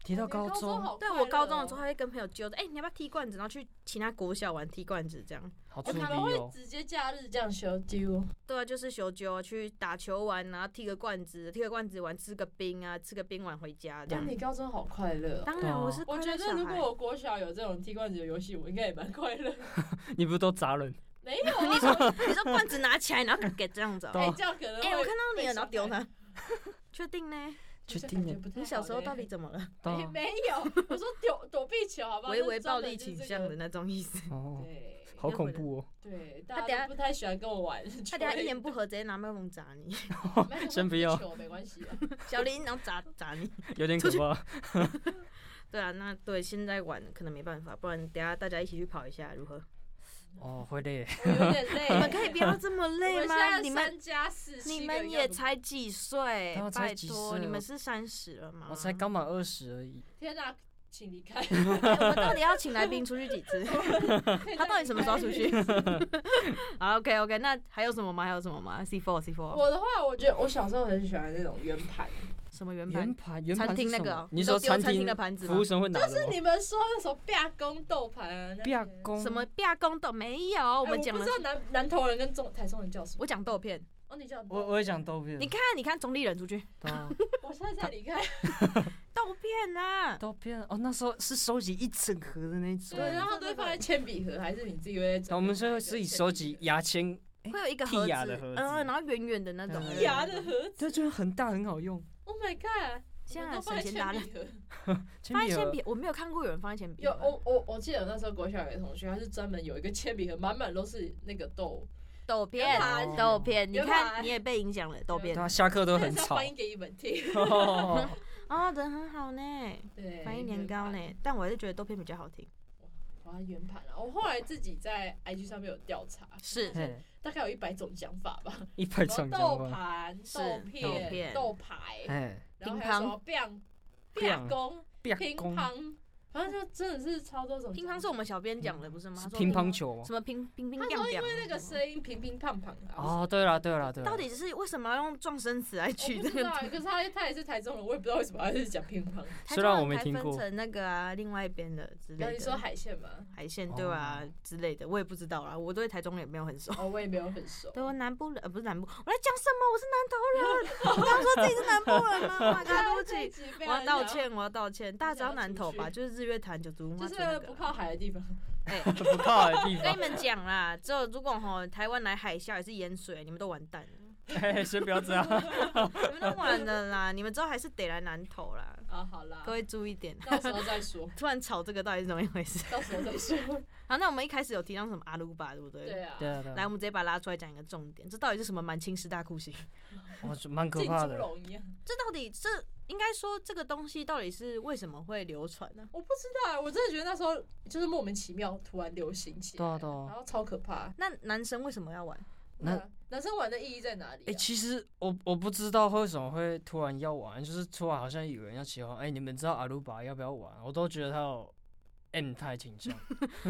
S3: 提到
S2: 你高
S3: 高中，
S2: 好
S1: 对
S2: 快
S1: 我
S2: 乐
S1: 高中的
S2: 哦
S1: 时候还会跟朋友揪着，哎、你要不要踢罐子，然后去其他国小玩踢罐子这样。
S3: 好
S2: 我
S3: 出
S2: 可
S3: 力
S2: 能会
S3: 哦。
S2: 直接假日这样休丢。
S1: 对啊，就是小揪啊，去打球玩，然后踢个罐子，踢个罐子玩，吃个冰啊，吃个冰玩回家这
S2: 但
S1: 样。
S2: 你高中好快乐哦。
S1: 当然我是
S2: 我
S1: 快
S2: 觉
S1: 乐
S2: 得如
S1: 小
S2: 果
S1: 孩，
S2: 我国小有这种踢罐子的游戏，我应该也蛮快乐。
S3: 你不是都砸人？
S2: 没有啊，
S1: 你说罐子拿起来，然后给这样子、
S3: 对
S1: 哦，
S2: 哎，这样可能
S1: 哎、我
S2: 会
S1: 看到你了，
S2: 被伤害
S1: 然后丢他。 确定 呢？
S3: 确
S2: 这
S3: 定
S2: 感觉
S3: 耶
S2: 不太
S1: 你小时候
S2: 好耶
S1: 到底怎么了？
S3: 对
S2: 没
S3: 啊
S2: 没有，我说躲躲避球，好不
S1: 哦
S2: 好？
S1: 微
S2: 就是
S1: 微暴
S2: 专门
S1: 力
S2: 就
S1: 倾
S2: 是这
S1: 向
S2: 个
S1: 的那种意思。
S3: 哦，
S2: 对
S3: 好恐怖哦！
S2: 对，
S1: 他
S2: 大
S1: 等下
S2: 家都不太喜欢跟我玩。
S1: 他等下一言不合直接拿麦克风砸 你，
S2: 没有
S3: 先不要
S2: 踢球没关系啊。
S1: 小林然后砸砸你。
S3: 有点可怕。
S1: 对啊，那对现在玩可能没办法，不然等下大家一起去跑一下如何？
S3: 哦，会累。
S2: 我有点 累。
S1: 你们可以不要这么累吗？你们
S2: 三加四，
S1: 你们也才几岁
S3: 对啊？才
S1: 拜
S3: 几
S1: 托，
S3: 岁
S1: 你
S3: 我
S1: 们是三十了吗？
S3: 我才刚满二十而已。
S2: 天哪、请离开！
S1: 哎我们到底要请来宾出去几 次？ 他
S2: 他
S1: 到底什么时候出 去？？好，OK OK，那还有什么吗？还有什么吗？C four C four
S2: 我的话，我觉得我小时候很喜欢那种圆盘，
S1: 什么圆盘？
S3: 圆盘，圆盘
S1: 餐
S3: 是
S1: 厅那
S3: 什
S1: 个
S3: 么
S1: 哦，
S3: 你
S1: 都
S3: 说
S1: 丢餐厅的盘子
S3: 服
S1: 吗
S3: 务？生会拿的
S2: 是
S3: 吗？
S2: 你们说那时候罢工斗盘啊，那些哎
S3: 罢。工
S1: 什么罢工豆没有？
S2: 我
S1: 哎我们讲的
S2: 不知，道南南投人跟中台中人叫什么。
S1: 我讲豆片。
S2: 哦，你叫
S3: 我我也想豆片，
S1: 你看，你看，中立人出去
S3: 对啊
S2: 我现在才离开。
S1: 豆片啊！
S3: 豆片哦，那时候是收集一整盒的那种
S2: 对，。然后都会放在铅笔盒，还是你自己会？
S3: 我们是会自己收集牙签，
S1: 会有一个
S3: 剔
S1: 盒子，
S3: 牙的盒子
S1: 嗯，然后圆圆的那种。
S3: 嗯
S2: 牙的盒
S3: 这就很大，很好用。
S2: ，Oh my god！
S1: 现
S2: 我
S1: 在
S2: 们都
S1: 很
S2: 放
S1: 省
S2: 在
S1: 钱达
S2: 铅
S1: 人。
S2: 笔 盒。
S3: 铅
S1: 放在铅
S3: 盒
S1: 笔，我没有看过有人放在铅笔
S2: 有
S1: 盒。
S2: 我我我记得我那时候国小有个同学，他是专门有一个铅笔盒，满满都是那个豆，
S1: 豆
S2: 圆
S1: 片
S3: 盘，
S1: 豆片，你
S2: 圆盘
S1: 看你也被影响了，豆
S3: 对
S1: 片。
S3: 啊，下课都
S2: 但
S3: 很
S2: 是他
S3: 吵
S2: 翻。译给你们 听。
S3: 哦
S1: 哦，人很好呢，
S2: 对，
S1: 反应年糕呢，但我还是觉得豆片比较好听。
S2: 我要圆盘啊！我后来自己在 IG 上面有调查，
S1: 是
S3: 嘿
S2: 大概有一百种讲法吧，
S3: 一百
S2: 什
S3: 种
S2: 么
S3: 讲
S2: 豆
S3: 话。
S2: 盘、
S1: 是
S2: 豆
S1: 豆
S2: 片、
S1: 片
S2: 豆牌，
S3: 哎，
S2: 然后还有什么 biang、
S3: 乒
S2: 乒
S3: 乓
S2: 乓、
S3: 啪
S2: 乒
S3: 公
S2: 乓、反正就真的是超多种。
S1: 乒乓是我们小编讲的，不是吗？
S3: 是
S1: 他说
S3: 乒乓球吗
S1: 什？么乒乒乒
S2: 他
S1: 乓
S2: 说因
S1: 乓，
S2: 为那个声音平平胖胖的啊。
S3: 哦，对了对了对了，
S1: 到底是为什么要用撞生词来取
S2: 我
S1: 这
S2: 不知
S1: 个
S2: 道？欸，可是他他也是台中人，我也不知道为什么他是讲乒乓。
S1: 台
S3: 虽
S1: 中
S3: 然我
S1: 人
S3: 没
S1: 才
S3: 听
S1: 分
S3: 过
S1: 成那个啊，另外一边的之
S2: 然后
S1: 类
S2: 你说
S1: 的
S2: 海鲜吗？
S1: 海鲜对啊
S3: 哦
S1: 之类的，我也不知道啦，我对台中也没有很熟。
S2: 哦，我也没有很熟。
S1: 对，我南部人，呃，不是南部，我在讲什么？我是南投人，我刚说自己是南部人吗？哇，啊对
S2: 啊
S1: 不起，
S2: 起，
S1: 我要道。歉，我要道歉。大家只
S2: 想
S1: 要
S2: 要
S1: 南
S2: 出
S1: 投
S2: 去
S1: 吧，就是日月潭、九族文化
S2: 啊就
S1: 村那
S2: 是
S1: 个
S2: 不
S1: 啦。
S2: 靠海的地方，
S1: 哎，
S3: 不靠的地
S1: 我跟 你
S3: 方，
S1: 们讲啦，之后如果吼台湾来海啸也是淹水，你们都完蛋了，
S3: 哎，先不要这样。
S1: 你们都完了啦，你们之后还是得来南投啦，
S2: 啊，好啦
S1: 各，位注意点。
S2: 到时候 再说，
S1: 突然吵这个到底是怎么一回事？
S2: 到时候再说。
S1: 好，那我们一开始有提到什么阿鲁巴，对不对？
S2: 对。啊，
S3: 对啊对
S1: 来，
S3: 啊
S1: 我，们直接把它拉出来讲一个重点，这到底是什么满清十大酷刑？
S3: 我觉得蛮可
S2: 进
S3: 怕
S2: 猪
S3: 的。
S2: 笼一样，
S1: 这到底这应该说这个东西到底是为什么会流传呢、
S2: 我不知道啊，我真的觉得那时候就是莫名其妙突然流行起来，
S3: 对啊对啊
S2: 然后超可怕。
S1: 那男生为什么要玩？
S3: 那
S2: 那男生玩的意义在哪里
S3: 哎、
S2: 啊？
S3: 其实我我不知道为什么会突然要玩，就是突然好像有人要起哄，哎、你们知道阿鲁巴要不要玩？我都觉得他有 M 太倾向，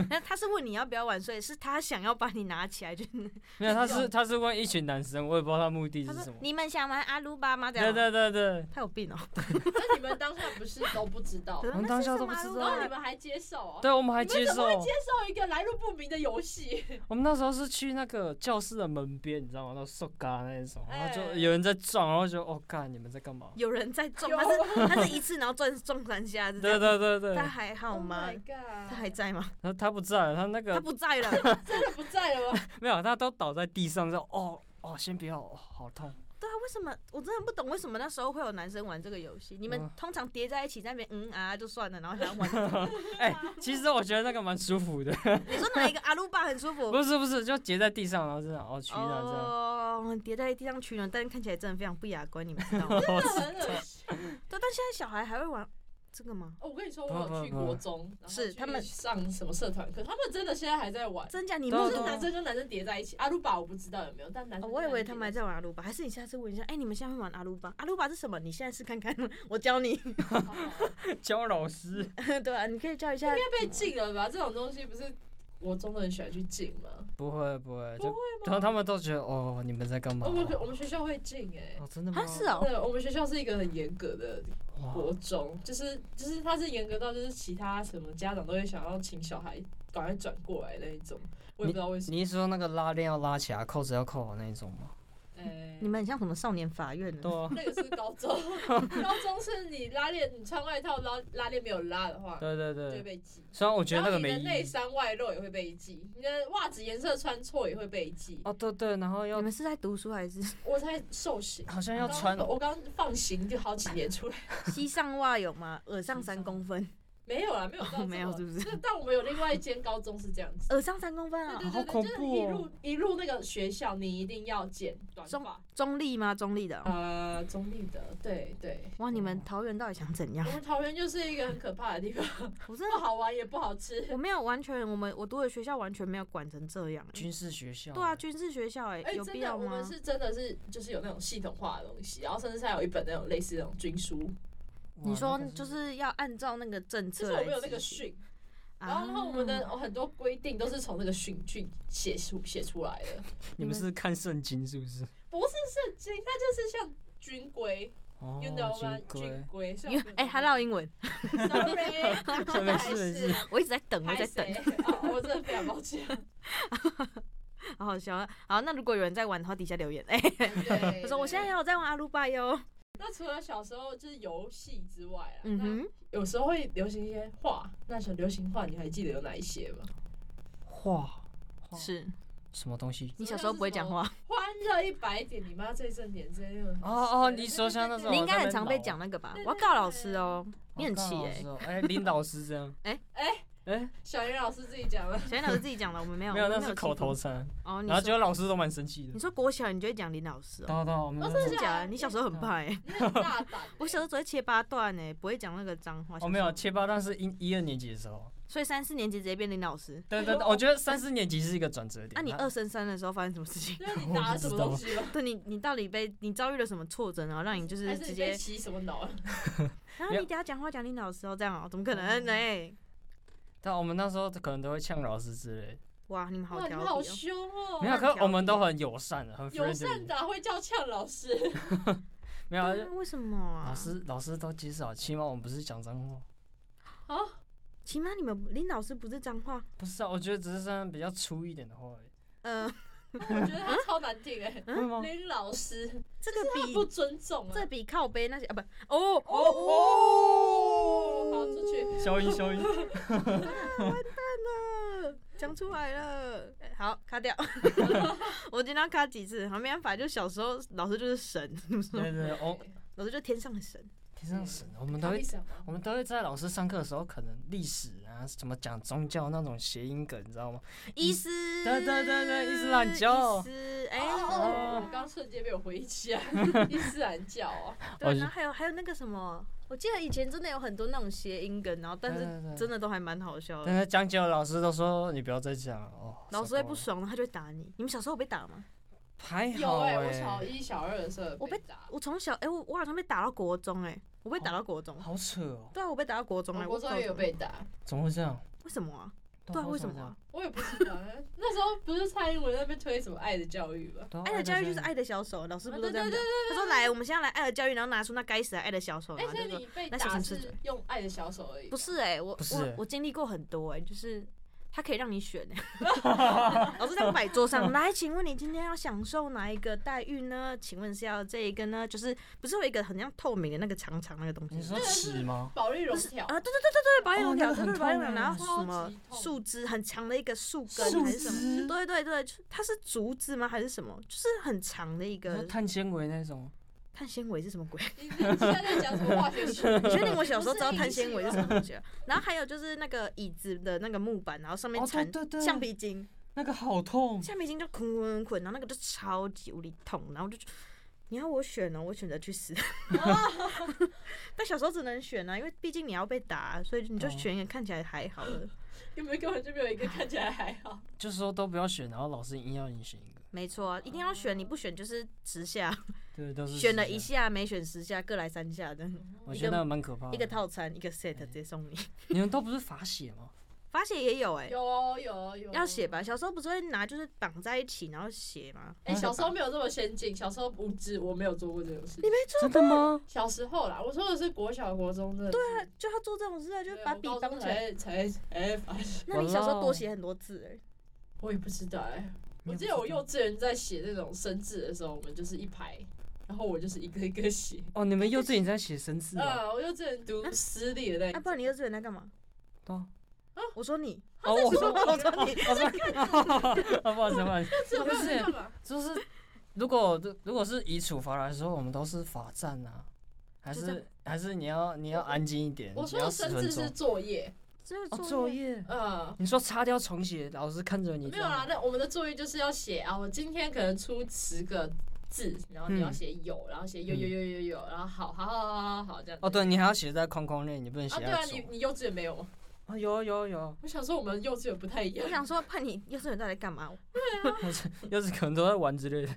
S1: 那他是问你要不要玩，所以是他想要把你拿起来，就是
S3: 没有，他是他是问一群男生，我也不知道他目的
S1: 他
S3: 是什
S1: 说
S3: 么。
S1: 你们想玩阿鲁巴吗？这样
S3: 对对对对，
S1: 他有病哦、
S2: 那你们当下不是都不知 道
S1: 可，是
S3: 哦我们当下都不
S1: 那是什么啊阿
S2: 然
S3: 知道
S2: 后
S1: 鲁
S2: 你
S1: 巴
S2: 们还接受啊？
S3: 对我们还
S2: 你们
S3: 接
S2: 怎
S3: 受
S2: 么，会接受一个来路不明的游戏？
S3: 我们那时候是去那个教室的门边，你知道吗？那瘦嘎那一种，然后就
S2: 哎
S3: 有人在撞，然后就哦，干你们在干嘛？
S1: 有人在撞，
S2: 有
S1: 他是 他是一次然后撞撞三下，是这
S3: 对
S1: 样。
S3: 对对对，
S1: 他还好
S2: Oh
S1: 吗
S2: my？god！
S1: 他还在吗？
S3: 他他不在了，他那
S1: 他
S3: 个
S1: 不在 了。
S2: 真 的不在了吗？
S3: 没有，他都倒在地上，之后哦哦，先不要，哦好痛。
S1: 对啊，为什么我真的不懂为什么那时候会有男生玩这个游戏？你们
S3: 嗯
S1: 通常叠在一起在那边嗯啊就算了，然后还要玩。
S3: 哎、其实我觉得那个蛮舒服的，
S1: 你说哪一个阿鲁巴很舒服？
S3: 不是不是，就结在地上，然后这样哦，取暖这样。
S1: 哦，我们叠在地上取暖，但是看起来真的非常不雅观，你们知 道吗？
S2: 真的很恶心。
S1: 对，但现在小孩还会玩这个吗？
S2: 哦我跟你说，我有去国中，然后
S1: 是
S2: 去
S1: 他们
S2: 上什么社团课，他们真的现在还在玩。
S1: 真假？你
S3: 对
S1: 们
S3: 啊
S2: 就
S1: 是
S2: 是
S3: 对
S1: 男
S2: 男
S1: 生？
S2: 生跟男生叠在一起，阿鲁巴我不知道有没有，但男
S1: 哦
S2: 生
S1: 我以为他们还
S2: 们
S1: 在玩阿鲁巴，还是你下次问一下？哎，你们现在会玩阿鲁巴？阿鲁巴是什么？你现在试看 看，我教你。
S3: 教老师，
S1: 对啊，你可以教一下。
S2: 被禁了吧？这种东西不是国中的人喜欢去禁吗？
S3: 不会不会，
S2: 不
S3: 就然后他们都觉得哦，你们在干嘛？
S2: 哦，我们
S3: 哦，
S2: 我们学校会禁哎、
S3: 真的吗？
S1: 啊，是哦，
S2: 对，我们学校是一个很严格的
S3: 哇，
S2: 国中，就是就是它是严格到就是其他什么家长都会想要请小孩赶快转过来那一种，我也不知道为什么。
S3: 你是说那个拉链要拉起来，扣子要扣好那一种吗？
S2: 哎
S1: 你们很像什么少年法院呢？
S3: 对啊，
S2: 那个是高 中，高中是你拉链，你穿外套，然后拉链没有拉的话，
S3: 对对
S2: 就会
S3: 对。
S2: 被记。
S3: 虽然我觉得
S2: 然
S3: 那
S2: 后
S3: 个
S2: 你的
S3: 没意
S2: 内
S3: 义。
S2: 衫外露也会被记，你的袜子颜色穿错也会被记。
S3: 哦，对对，然后
S1: 你
S3: 要
S1: 们是在读书还是
S2: 我才受刑，
S3: 好像
S2: 我
S3: 要
S2: 刚
S3: 穿，
S2: 我刚放刑就好几年出来，
S1: 膝上袜有吗？耳上三公分，哦
S2: 没有啦，没有到这么
S1: 没有是不是？
S2: 那但我们有另外一间高中是这样子。
S1: 耳上三公分
S2: 对
S1: 啊、
S2: 对对
S3: 好
S2: 对，
S3: 恐
S2: 就是
S3: 怖
S2: 一
S3: 哦
S2: 入一入那个学校，你一定要剪短
S1: 中
S3: 哦
S2: 发。
S1: 中立吗？中立的哦、
S2: 呃，中立的，对对。
S1: 哇，你们桃园到底想怎样
S2: 我？们桃园就是一个很可怕的地方，
S1: 我真
S2: 不
S1: 的
S2: 好玩也不好吃。
S1: 我没有完全，我们我读的学校完全没有管成这样、欸
S3: 军事学校。
S1: 对啊，，军事学校哎、
S2: 哎、
S1: 有必
S2: 真
S1: 要
S2: 的，我
S1: 吗
S2: 们？是真的是就是有那种系统化的东西，然后甚至是还有一本那种类似那种军书，
S1: 你说就是要按照那个政策
S2: 就是我
S1: 来
S2: 们有那个
S1: 执行，啊
S2: 训，然后然后我们的哦很多规定都是从那个训训写出写出来的，
S3: 你们是看圣经是不是？
S2: 不是圣经，它就是像军规
S3: 哦，
S2: ，you know 吗？
S3: 军
S2: 军
S3: 规。
S2: 规，
S1: 因为哎，还 绕英文，
S2: ，sorry，
S3: 没事没事
S1: 我一直在等，我一
S2: 还
S1: 直
S2: 是
S1: 在等，
S2: 啊我真的非常 抱歉。
S1: 好好笑啊。好，那如果有人在玩的话，底下留言哎、
S2: 对
S1: 我说我现在。
S2: 对
S1: 要在玩阿鲁巴哟，
S2: 那除了小时候就是游戏之外啊，
S1: 嗯
S2: 那
S1: 哼，
S2: 有时候会流行一些画，那时候流行画你还记得有哪一些吗？
S3: 画
S2: 哦
S3: 画
S1: 是
S3: 什么东西？
S1: 你小时候不会讲话，
S2: 欢乐一百点，你妈最正点之类的。
S3: 哦哦，你手像那种，
S1: 你应该很常被讲那个吧？我要告老师哦，你很气
S3: 哎
S1: 哎、
S3: 哎，林老师这样。
S2: 哎，
S3: 哎，
S2: 小云老师自己讲啊 了，
S1: 小燕老师自己讲的，我们没有，
S3: 没有，
S1: 我们
S3: 那是
S1: 欺
S3: 口
S1: 负
S3: 头禅。
S1: 哦。你
S3: 然后结
S1: 说
S3: 果老师都蛮生气的
S1: 你。说国小，你就会讲林老师哦，
S3: 到到，我们
S2: 哦
S3: 那
S2: 真的
S3: 时
S1: 真
S3: 候
S1: 的假的？你小时候
S2: 啊
S1: 很怕哎，
S2: 你很大胆欸。
S1: 我小时候只会切八段哎，不会讲那个脏话。
S3: 哦没有，切八，但是一一二年级的时候，
S1: 所以三四年级直接变林老师。
S3: 对对，对我觉得三四年级是一个转折点。
S1: 啊那你
S3: 它
S1: 二升三的时候发生什么事情？
S2: 就是你打了什么东 西吗？啊
S1: 对你，你到底被你遭遇了什么挫折，然后让你就是
S2: 还是
S1: 直
S2: 你被
S1: 接，
S2: 洗什么脑？啊
S1: 然后
S3: 没
S1: 你
S3: 有
S1: 等下讲话讲林老师哦，这样哦，怎么可能哎呢？
S3: 但我们那时候可能都会呛老师之类的，
S1: 哇，你们好
S2: 哇，你
S1: 调
S2: 们
S1: 皮
S2: 好
S1: 哦。
S2: 凶哦！
S3: 没有，可
S1: 调
S3: 是我们
S1: 皮
S3: 都很友善的，很
S2: 友善
S3: friendly，
S2: 的嗯会叫呛老师，
S3: 没有。
S1: 对
S3: 就
S1: 啊为什么啊？
S3: 老师，老师都介绍，起码我们不是讲脏话，
S1: 起码你们林老师不是脏话，
S3: 不是啊，我觉得只是算比较粗一点的话而已，
S1: 呃，
S2: 我觉得他超难听哎。
S1: 嗯
S3: 会吗？
S2: 林老师
S1: 这个
S2: 不
S1: 比
S2: 尊重啊
S1: 这！比靠背那些啊不哦
S3: 哦
S1: 哦
S3: 哦，
S2: 好出去，
S3: 消音 消音，
S1: 了，讲出来了，哎哦 好卡掉，我今天要卡几次，好没办法，就小时候老师就是神，
S3: 对对对，哦，
S1: 老师就天上的神，
S3: 天上神，我们都
S2: 他
S3: 会
S2: 为什么？
S3: 我们都会在老师上课的时候，可能历史啊，怎么讲宗教那种谐音梗，你知道吗？
S1: 伊斯，
S3: 对对对对伊斯兰教
S1: 伊斯
S2: 哎，
S1: 哎。
S2: 我刚刚瞬间被我回忆 起来，伊斯兰教哦，
S1: 对，啊
S3: 哦
S1: 然
S3: 是
S1: 后还有还有那个什么，我记得以前真的有很多那种谐音梗，然后但
S3: 对对
S1: 是
S3: 对
S1: 嗯真的都还蛮好笑的。
S3: 但是讲久了，老师都说你不要再讲了哦。
S1: 老师会
S3: 受够
S1: 不
S3: 了，
S1: 爽，他就会打你。你们小时候有被打吗？
S3: 还好
S2: 有哎，我小
S3: 哎，
S2: 一、小二的时候
S1: 我被
S2: 打，
S1: 我从小哎、我我好像被打到国中哎、我被打到国中。
S3: 好扯哦，
S1: 对啊，我被打到国中哎、
S2: 我
S1: 欸，
S2: 国中也有
S1: 我不知道
S2: 被打，
S3: 怎么会这样？
S1: 为什么啊？对啊，为什么啊？？
S2: 我也不知道， 那时候不是蔡英文在那边推什么爱的教育吗？
S3: 对
S1: 哦
S3: 啊
S1: 爱的教育就是，爱的小手，老师不
S2: 啊
S1: 是都
S2: 对
S1: 这样
S2: 对
S1: 讲他
S2: 对，？
S1: 说来，我们现在来爱的教育，然后拿出那该死的爱的小手，
S2: 哎
S1: 然，后啊
S2: 所
S1: 就
S2: 以
S1: 说
S2: 你被
S1: 那小
S2: 打
S1: 心吃
S2: 是
S1: 嘴
S2: 用爱的小手而已，
S1: 不是哎、我
S3: 不是
S1: 我
S3: 欸
S1: 我经历过很多哎、就是他可以让你选哎、 老师在摆桌上，来，请问你今天要享受哪一个待遇呢？请问是要这一个呢？就是不是有一个很像透明的那个长长那个东西？
S3: 你说尺吗？
S2: 保利
S1: 不
S2: 绒
S1: 是
S2: 条
S1: 啊，，对对对对对，保
S3: 哦
S1: 养
S3: 那
S1: 条，
S3: 个
S1: 对
S3: 很
S1: 对保养条，
S3: 痛欸
S1: 然后
S2: 超
S1: 什么
S2: 级痛
S1: 树枝很长的一个树根
S3: 树
S1: 还是什么？
S3: 枝，
S1: 对对对，就它是竹子吗？还是什么？就是很长的一
S3: 你说
S1: 个
S3: 碳纤维那种，
S1: 碳纤维是什么鬼？
S2: 你你现在在讲什么化学学？
S1: 你确定我小时候知道
S2: 不是
S1: 碳
S2: 硬
S1: 纤维
S2: 纸
S1: 是什么东西啊？然后还有就是那个椅子的那个木板，然后上面
S3: 哦对
S1: 缠
S2: 嗯
S3: 对对，
S1: 橡皮筋，
S3: 那个好痛，
S1: 橡皮筋就捆捆捆，然后那个就超级无力痛，然后就你要我选哦呢，我选择去 死。但小时候只能选啊，因为毕竟你要被打，所以你就
S3: 哦
S1: 选一个看起来还好 的。
S2: 你们根本就没有一个看起来还好。
S3: 就是说都不要选，然后老师硬要你选一个，
S1: 没错啊，一定要选，你不选就是十下，
S3: 对，都是
S1: 选了
S3: 是
S1: 一
S3: 这样，
S1: 下没选十下，各来三下的，
S3: 我
S1: 一
S3: 觉
S1: 个
S3: 得那个蛮可怕的。
S1: 一个套餐一个 set
S3: 哎
S1: 直接送你。
S3: 你们都不是罚写吗？
S1: 罚写也 有哎、
S2: 有有有，
S1: 要写吧？小时候不是会拿就是绑在一起然后写吗？
S2: 哎、小时候没有这么先进，小时候无知，我没有做过这种事情。
S3: 真的吗？
S2: 小时候啦，我说的是国小、国中真的是。对啊，
S1: 就要做这种事啊，就把笔绑起来。
S2: 才才才发现，
S1: 那你小时候多写很多字哎、
S2: 我也不知道哎、我记得我幼稚园在写那种生字的时候，我们就是一排，然后我就是一个一个写。
S3: 哦，你们幼稚园在写生字啊？
S1: 呃
S2: 啊，我幼稚园读私立的那一
S1: 啊，不 然你幼稚园在干嘛？
S3: 对啊。
S1: 我说你，
S3: 哦，我 说
S1: 我说 你，
S3: 我说，啊不好意思，不好意思，
S2: 这
S3: 不是
S2: 干嘛？
S3: 就是如果如果是以处罚来说，我们都是罚站啊，还
S1: 就这
S3: 是还是你要你要安静一点，
S2: 我
S3: 你
S2: 说
S3: 要
S2: 的
S3: 十
S2: 生
S3: 分
S2: 字是
S3: 钟。
S2: 作业，
S1: 这个
S3: 哦，
S1: 作
S3: 作
S1: 业
S3: 业，
S2: 嗯。
S3: 你说擦掉重写，老师看着你
S2: 没
S3: 这
S2: 有
S3: 样吗。
S2: 啦，那我们的作业就是要写啊，我今天可能出十个字，然后你要写有，然后写有有有有有，然后好好好好好好这样。
S3: 哦，对，你还要写在框框内，你不能
S2: 啊，
S3: 写
S2: 对
S3: 在
S2: 啊，
S3: 左
S2: 你。你幼稚园没有吗？
S3: 啊，有有有，
S2: 我想说我们幼稚园不太一样
S1: 我。想说，怕你幼稚园到底干嘛？
S3: 要是可能都在玩之类的。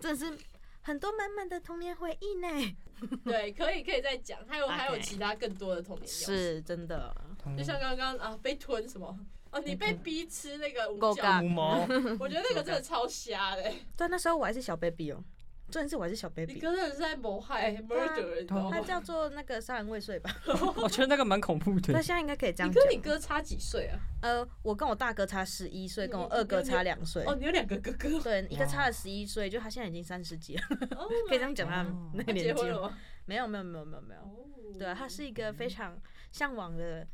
S1: 真的是很多满满的童年回忆呢。
S2: 对，可以可以再讲，还有
S1: OK
S2: 还 有其他更多的童年游戏，
S1: 是真的，
S2: 就像刚刚啊被吞什么。哦，你被逼吃那个五
S1: 狗
S2: 角
S1: 干，
S3: 五毛，
S2: 我觉得那个真的超瞎的、欸
S1: 对，啊那时候我还是小 baby 哦，重点是我还是小
S2: 你
S1: baby。
S2: 哥真的是在谋害
S1: 啊
S2: murder，你知道
S1: 那
S2: 吗？
S1: 叫做那个杀人未遂吧？
S3: 我哦觉得那个蛮恐怖
S1: 那
S3: 的。
S1: 现在应该可以这样
S2: 你
S1: 讲
S2: 跟。你哥差几岁啊？
S1: 呃，我跟我大哥差十一岁，
S2: 你
S1: 跟我
S2: 你
S1: 二哥
S2: 你
S1: 差两岁。
S2: 哦，你有两个哥哥，
S1: 对，一个
S3: 哇
S1: 差了十一岁，就他现在已经三十几了，
S2: 哦
S1: 可以这样讲他
S3: 哦
S1: 那个
S2: 他
S1: 年
S2: 结
S1: 纪
S2: 婚
S1: 了
S2: 了
S1: 吗。啊
S2: 吗？
S1: 没有没有没有没有没有，
S2: 哦
S1: 对啊，他是一个非常向往的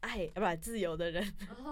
S1: 爱啊不自由的人，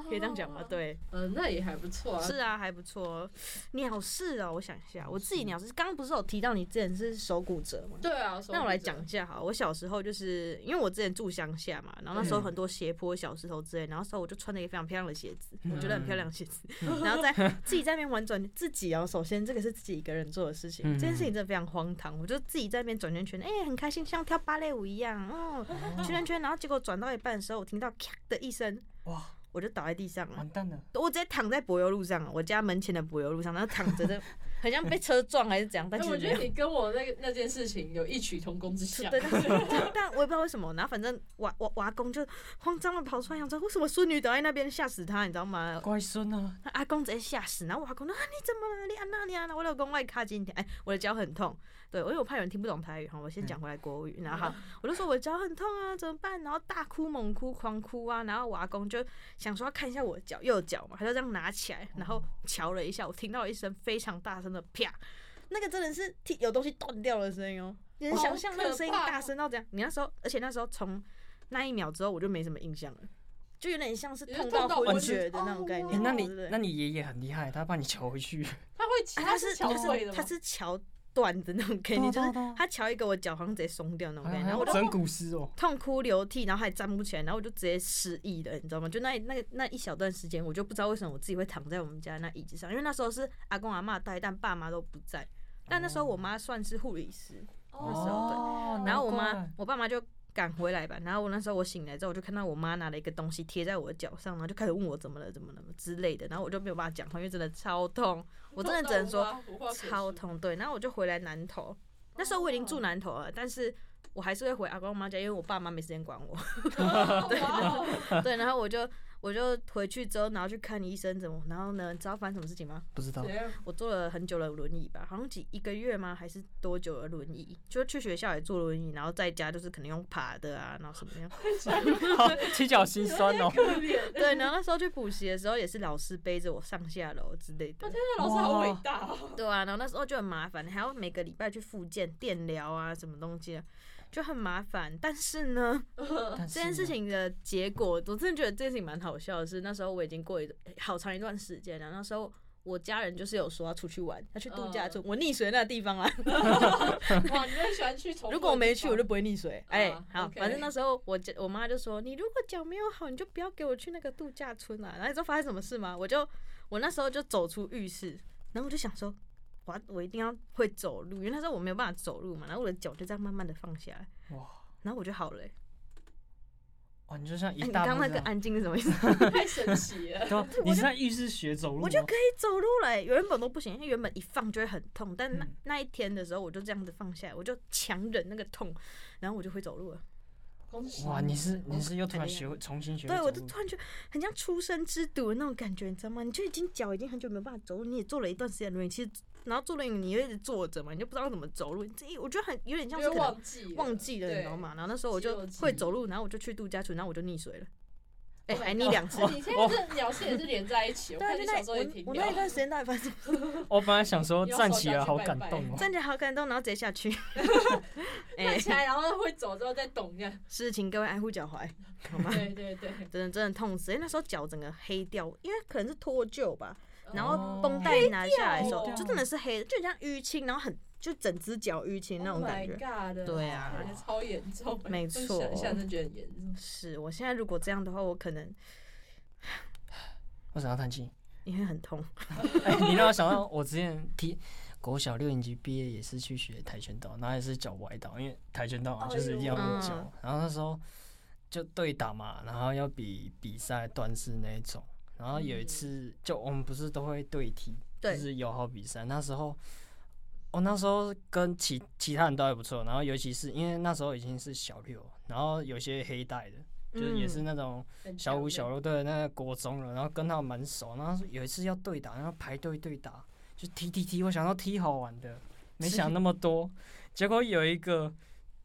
S1: 可以这样讲吗？，对，
S2: 嗯，哦那也还不错啊。
S1: 哦是啊，还不错。鸟事啊，我想一下，我自己鸟事，刚刚不是有提到你之前是手骨折吗？
S2: 对啊，手
S1: 那我来
S2: 骨折
S1: 讲一下哈，我小时候就是因为我之前住乡下嘛，然后那时候
S3: 嗯
S1: 很多斜坡、小石头之类，然后那时候我就穿了一个非常漂亮的鞋子，
S3: 嗯
S1: 我觉得很漂亮的鞋子， 然后在自己在那边玩转自己哦，首先这个是自己一个人做的事情，这件事情真的非常荒唐，我就自己在那边转圈圈，哎、很开心，像跳芭蕾舞一样，哦，圈圈圈，然后结果转到一半的时候，我听到咔的一声，
S4: 哇，
S1: 我就倒在地
S3: 嗯
S1: 上了
S4: 完。蛋了，
S1: 我直接躺在柏油路上，我家门前的柏油路上，然后躺着的，很像被车撞还是怎样，但
S2: 哎
S1: 其
S2: 我
S1: 实没
S2: 觉
S1: 有
S2: 得。你跟我那个那件事情有异曲同工之
S1: 对，
S2: 效。
S1: 但是但我也不知道为什么，然后反正娃娃娃公就慌张的跑出来，想说为什么孙女倒在那边，吓死他，你知道吗？
S4: 乖孙啊，
S1: 阿公直接吓死，然后我阿公说啊你怎么了？你安娜你啊安娜，我老公外卡今天，哎，我的脚很痛，对，因为我怕有人听不懂台语哈，我先讲回来国语，然后好我就说我的脚很痛啊，怎么办？然后大哭猛哭狂哭啊，然后我阿公就想说要看一下我的脚，右脚嘛，他就这样拿起来，然后瞧了一下，我听到一声非常大声的啪，那个真的是听有东西断掉的声音哦，你能想象那个声音
S2: 好可怕
S1: 大声到这样？你那时候，而且那时候从那一秒之后我就没什么印象了。就有点像是
S2: 你就
S1: 痛
S2: 痛
S1: 到
S2: 到
S1: 昏
S2: 昏
S1: 厥
S2: 厥
S1: 的那种概
S2: 哦
S1: 念
S3: 哎、，那
S1: 对
S3: 你
S1: 不对
S3: 那你爷爷很厉害，他把你求回去。
S2: 他会骑，
S1: 啊
S2: 他
S1: 他是
S2: 桥
S1: 他
S2: 会
S1: 是
S2: 的
S1: 他
S2: 吗？
S1: 是桥断的那种
S3: 哎
S1: 概
S3: 哦
S1: 念，就是
S4: 对啊对啊
S1: 他桥一个我脚好像直接松掉那种
S4: 对啊
S1: 概念，
S4: 还
S1: 然
S4: 有
S1: 后我就
S4: 整蛊师哦，
S1: 痛哭流涕，然后还站不起来，然后我就直接失忆了，你知道吗？就那那那一小段时间，我就不知道为什么我自己会躺在我们家那椅子上，因为那时候是阿公阿妈带，但爸妈都不在。但那时候我妈算是护理师，那时候对
S4: 哦
S1: 然后我
S4: 难
S1: 妈
S4: 怪
S1: 我爸妈就赶回来吧，然后我那时候我醒来之后，我就看到我妈拿了一个东西贴在我的脚上，然后就开始问我怎么了怎么了之类的，然后我就没有办法讲话，因为真的超痛，我真的只能说
S2: 无话可说
S1: 超。痛，对。然后我就回来南投，那时候我已经住南投了，但是我还是会回阿公阿妈家，因为我爸妈没时间管我。
S2: 对的，
S1: 对，然后我就我就回去之后，然后去看医生，怎么？然后呢，你知道发生什么事情吗？
S4: 不知道
S2: 怎， 样
S1: 我坐了很久的轮椅吧，好像几一个月吗？还是多久的轮椅？就去学校也坐轮椅，然后在家就是可能用爬的啊，然后什么样？
S3: 好，七角心酸 哦。
S2: 可怜。
S1: 对，然后那时候去补习的时候，也是老师背着我上下楼之类的。
S2: 那啊老师好伟大哦，
S1: 对啊，然后那时候就很麻烦，还要每个礼拜去复健、电疗啊，什么东西的，就很麻烦。但是呢，
S4: 这
S1: 这件事
S3: 啊
S1: 情的结果，我真的觉得这件事情蛮好笑的是，那时候我已经过一好长一段时间了，那时候。我家人就是有说要出去玩，要去度假
S2: 嗯
S1: 村，我溺水那个地方啊。
S2: 哇，你会喜欢去重复的地方？
S1: 如果我没去，我就不会溺水。哎、
S2: 嗯
S1: 好
S2: OK
S1: 反正那时候我家我妈就说，你如果脚没有好，你就不要给我去那个度假村啊。然后你知道发生什么事吗？我就我那时候就走出浴室，然后我就想说，我要我一定要会走路，因为那时候我没有办法走路嘛，然后我的脚就这样慢慢的放下来，
S4: 哇
S1: 然后我就好了、欸。
S4: 哦，你就像
S1: 哎、
S4: 一
S1: 你
S4: 大
S1: 刚
S4: 步
S1: 刚那
S4: 这
S1: 个
S4: 样
S1: 安静是什么意思？
S2: 太神奇 了。
S4: 对啊，你是在浴室学走
S3: 哦
S4: 路吗？
S1: 我就可以走路了、欸，原本都不行，因为原本一放就会很痛，但那、
S4: 嗯
S1: 那一天的时候，我就这样子放下来，我就强忍那个痛，然后我就会走路了。
S2: 恭喜
S4: 哇，你是你是又突
S1: 哎
S4: 然
S1: 呀
S4: 学会重新学会
S1: 对，
S4: 走
S1: 我就
S4: 路
S1: 突然觉得很像出生之犊的那种感觉，你知道吗？你就已经脚已经很久没有办法走路，你也坐了一段时间轮椅，其实然后坐轮椅你又一直坐着嘛，你就不知道怎么走路，你这我觉得很有点像
S2: 因
S1: 是
S2: 为
S1: 可能
S2: 忘记
S1: 忘 记了，你知道吗？然后那时候我
S2: 肌
S1: 就
S2: 肉记忆
S1: 会走路，然后我就去度假村，然后我就溺水了，哎、
S2: Oh my
S1: 还溺
S2: God
S1: 两次
S2: 对？。你现在这鸟事也是连在一起，我
S1: 对啊，
S2: 看
S1: 就
S2: 你
S1: 那
S2: 小时候也
S1: 一
S2: 挺
S1: 我我那一
S2: 鸟。
S1: 段时间到底发生什么事？
S3: 我本来想说站起来好感动 哦，
S1: 站起来好感动，然后直接下去。 哎、
S2: 站起来，然后会走之后再懂这 样。
S1: 是请各位爱护脚踝，好吗？
S2: 对对对，
S1: 真的真的痛死！因为欸那时候脚整个黑掉，因为可能是脱臼吧，然后
S4: 哦
S1: 绷带拿下来的时候
S2: 黑，掉
S1: 就真的是黑的，就很像淤青，然后很就整只脚淤青
S2: ，Oh
S1: 那种感
S3: Oh
S1: 觉。
S2: 觉
S1: 对啊
S2: 感觉超严重。
S1: 没错
S2: 想想就觉得很严重。
S1: 是我现在如果这样的话，我可能
S4: 为什么要叹气？
S1: 也会很痛。
S3: 哎、 你让我想到我之前踢国小六年级毕业也是去学跆拳道，然后也是脚崴到，因为跆拳道嘛
S2: 哎呦
S3: 就是一定要用脚
S1: 嗯，
S3: 然后那时候就对打嘛，然后要比比赛段式那一种，然后有一次就我们不是都会对踢，就
S1: 对
S3: 是友好比赛，那时候。我、那时候跟其其他人都还不错，然后尤其是因为那时候已经是小六，然后有些黑带的，就是也
S1: 嗯
S3: 是那种
S2: 很
S3: 小五、
S2: 强
S3: 小六对那个国中了，然后跟他们蛮熟，然后有一次要对打，然后排队对打，就踢踢踢，我想到踢好玩的，没想那么多，结果 有一个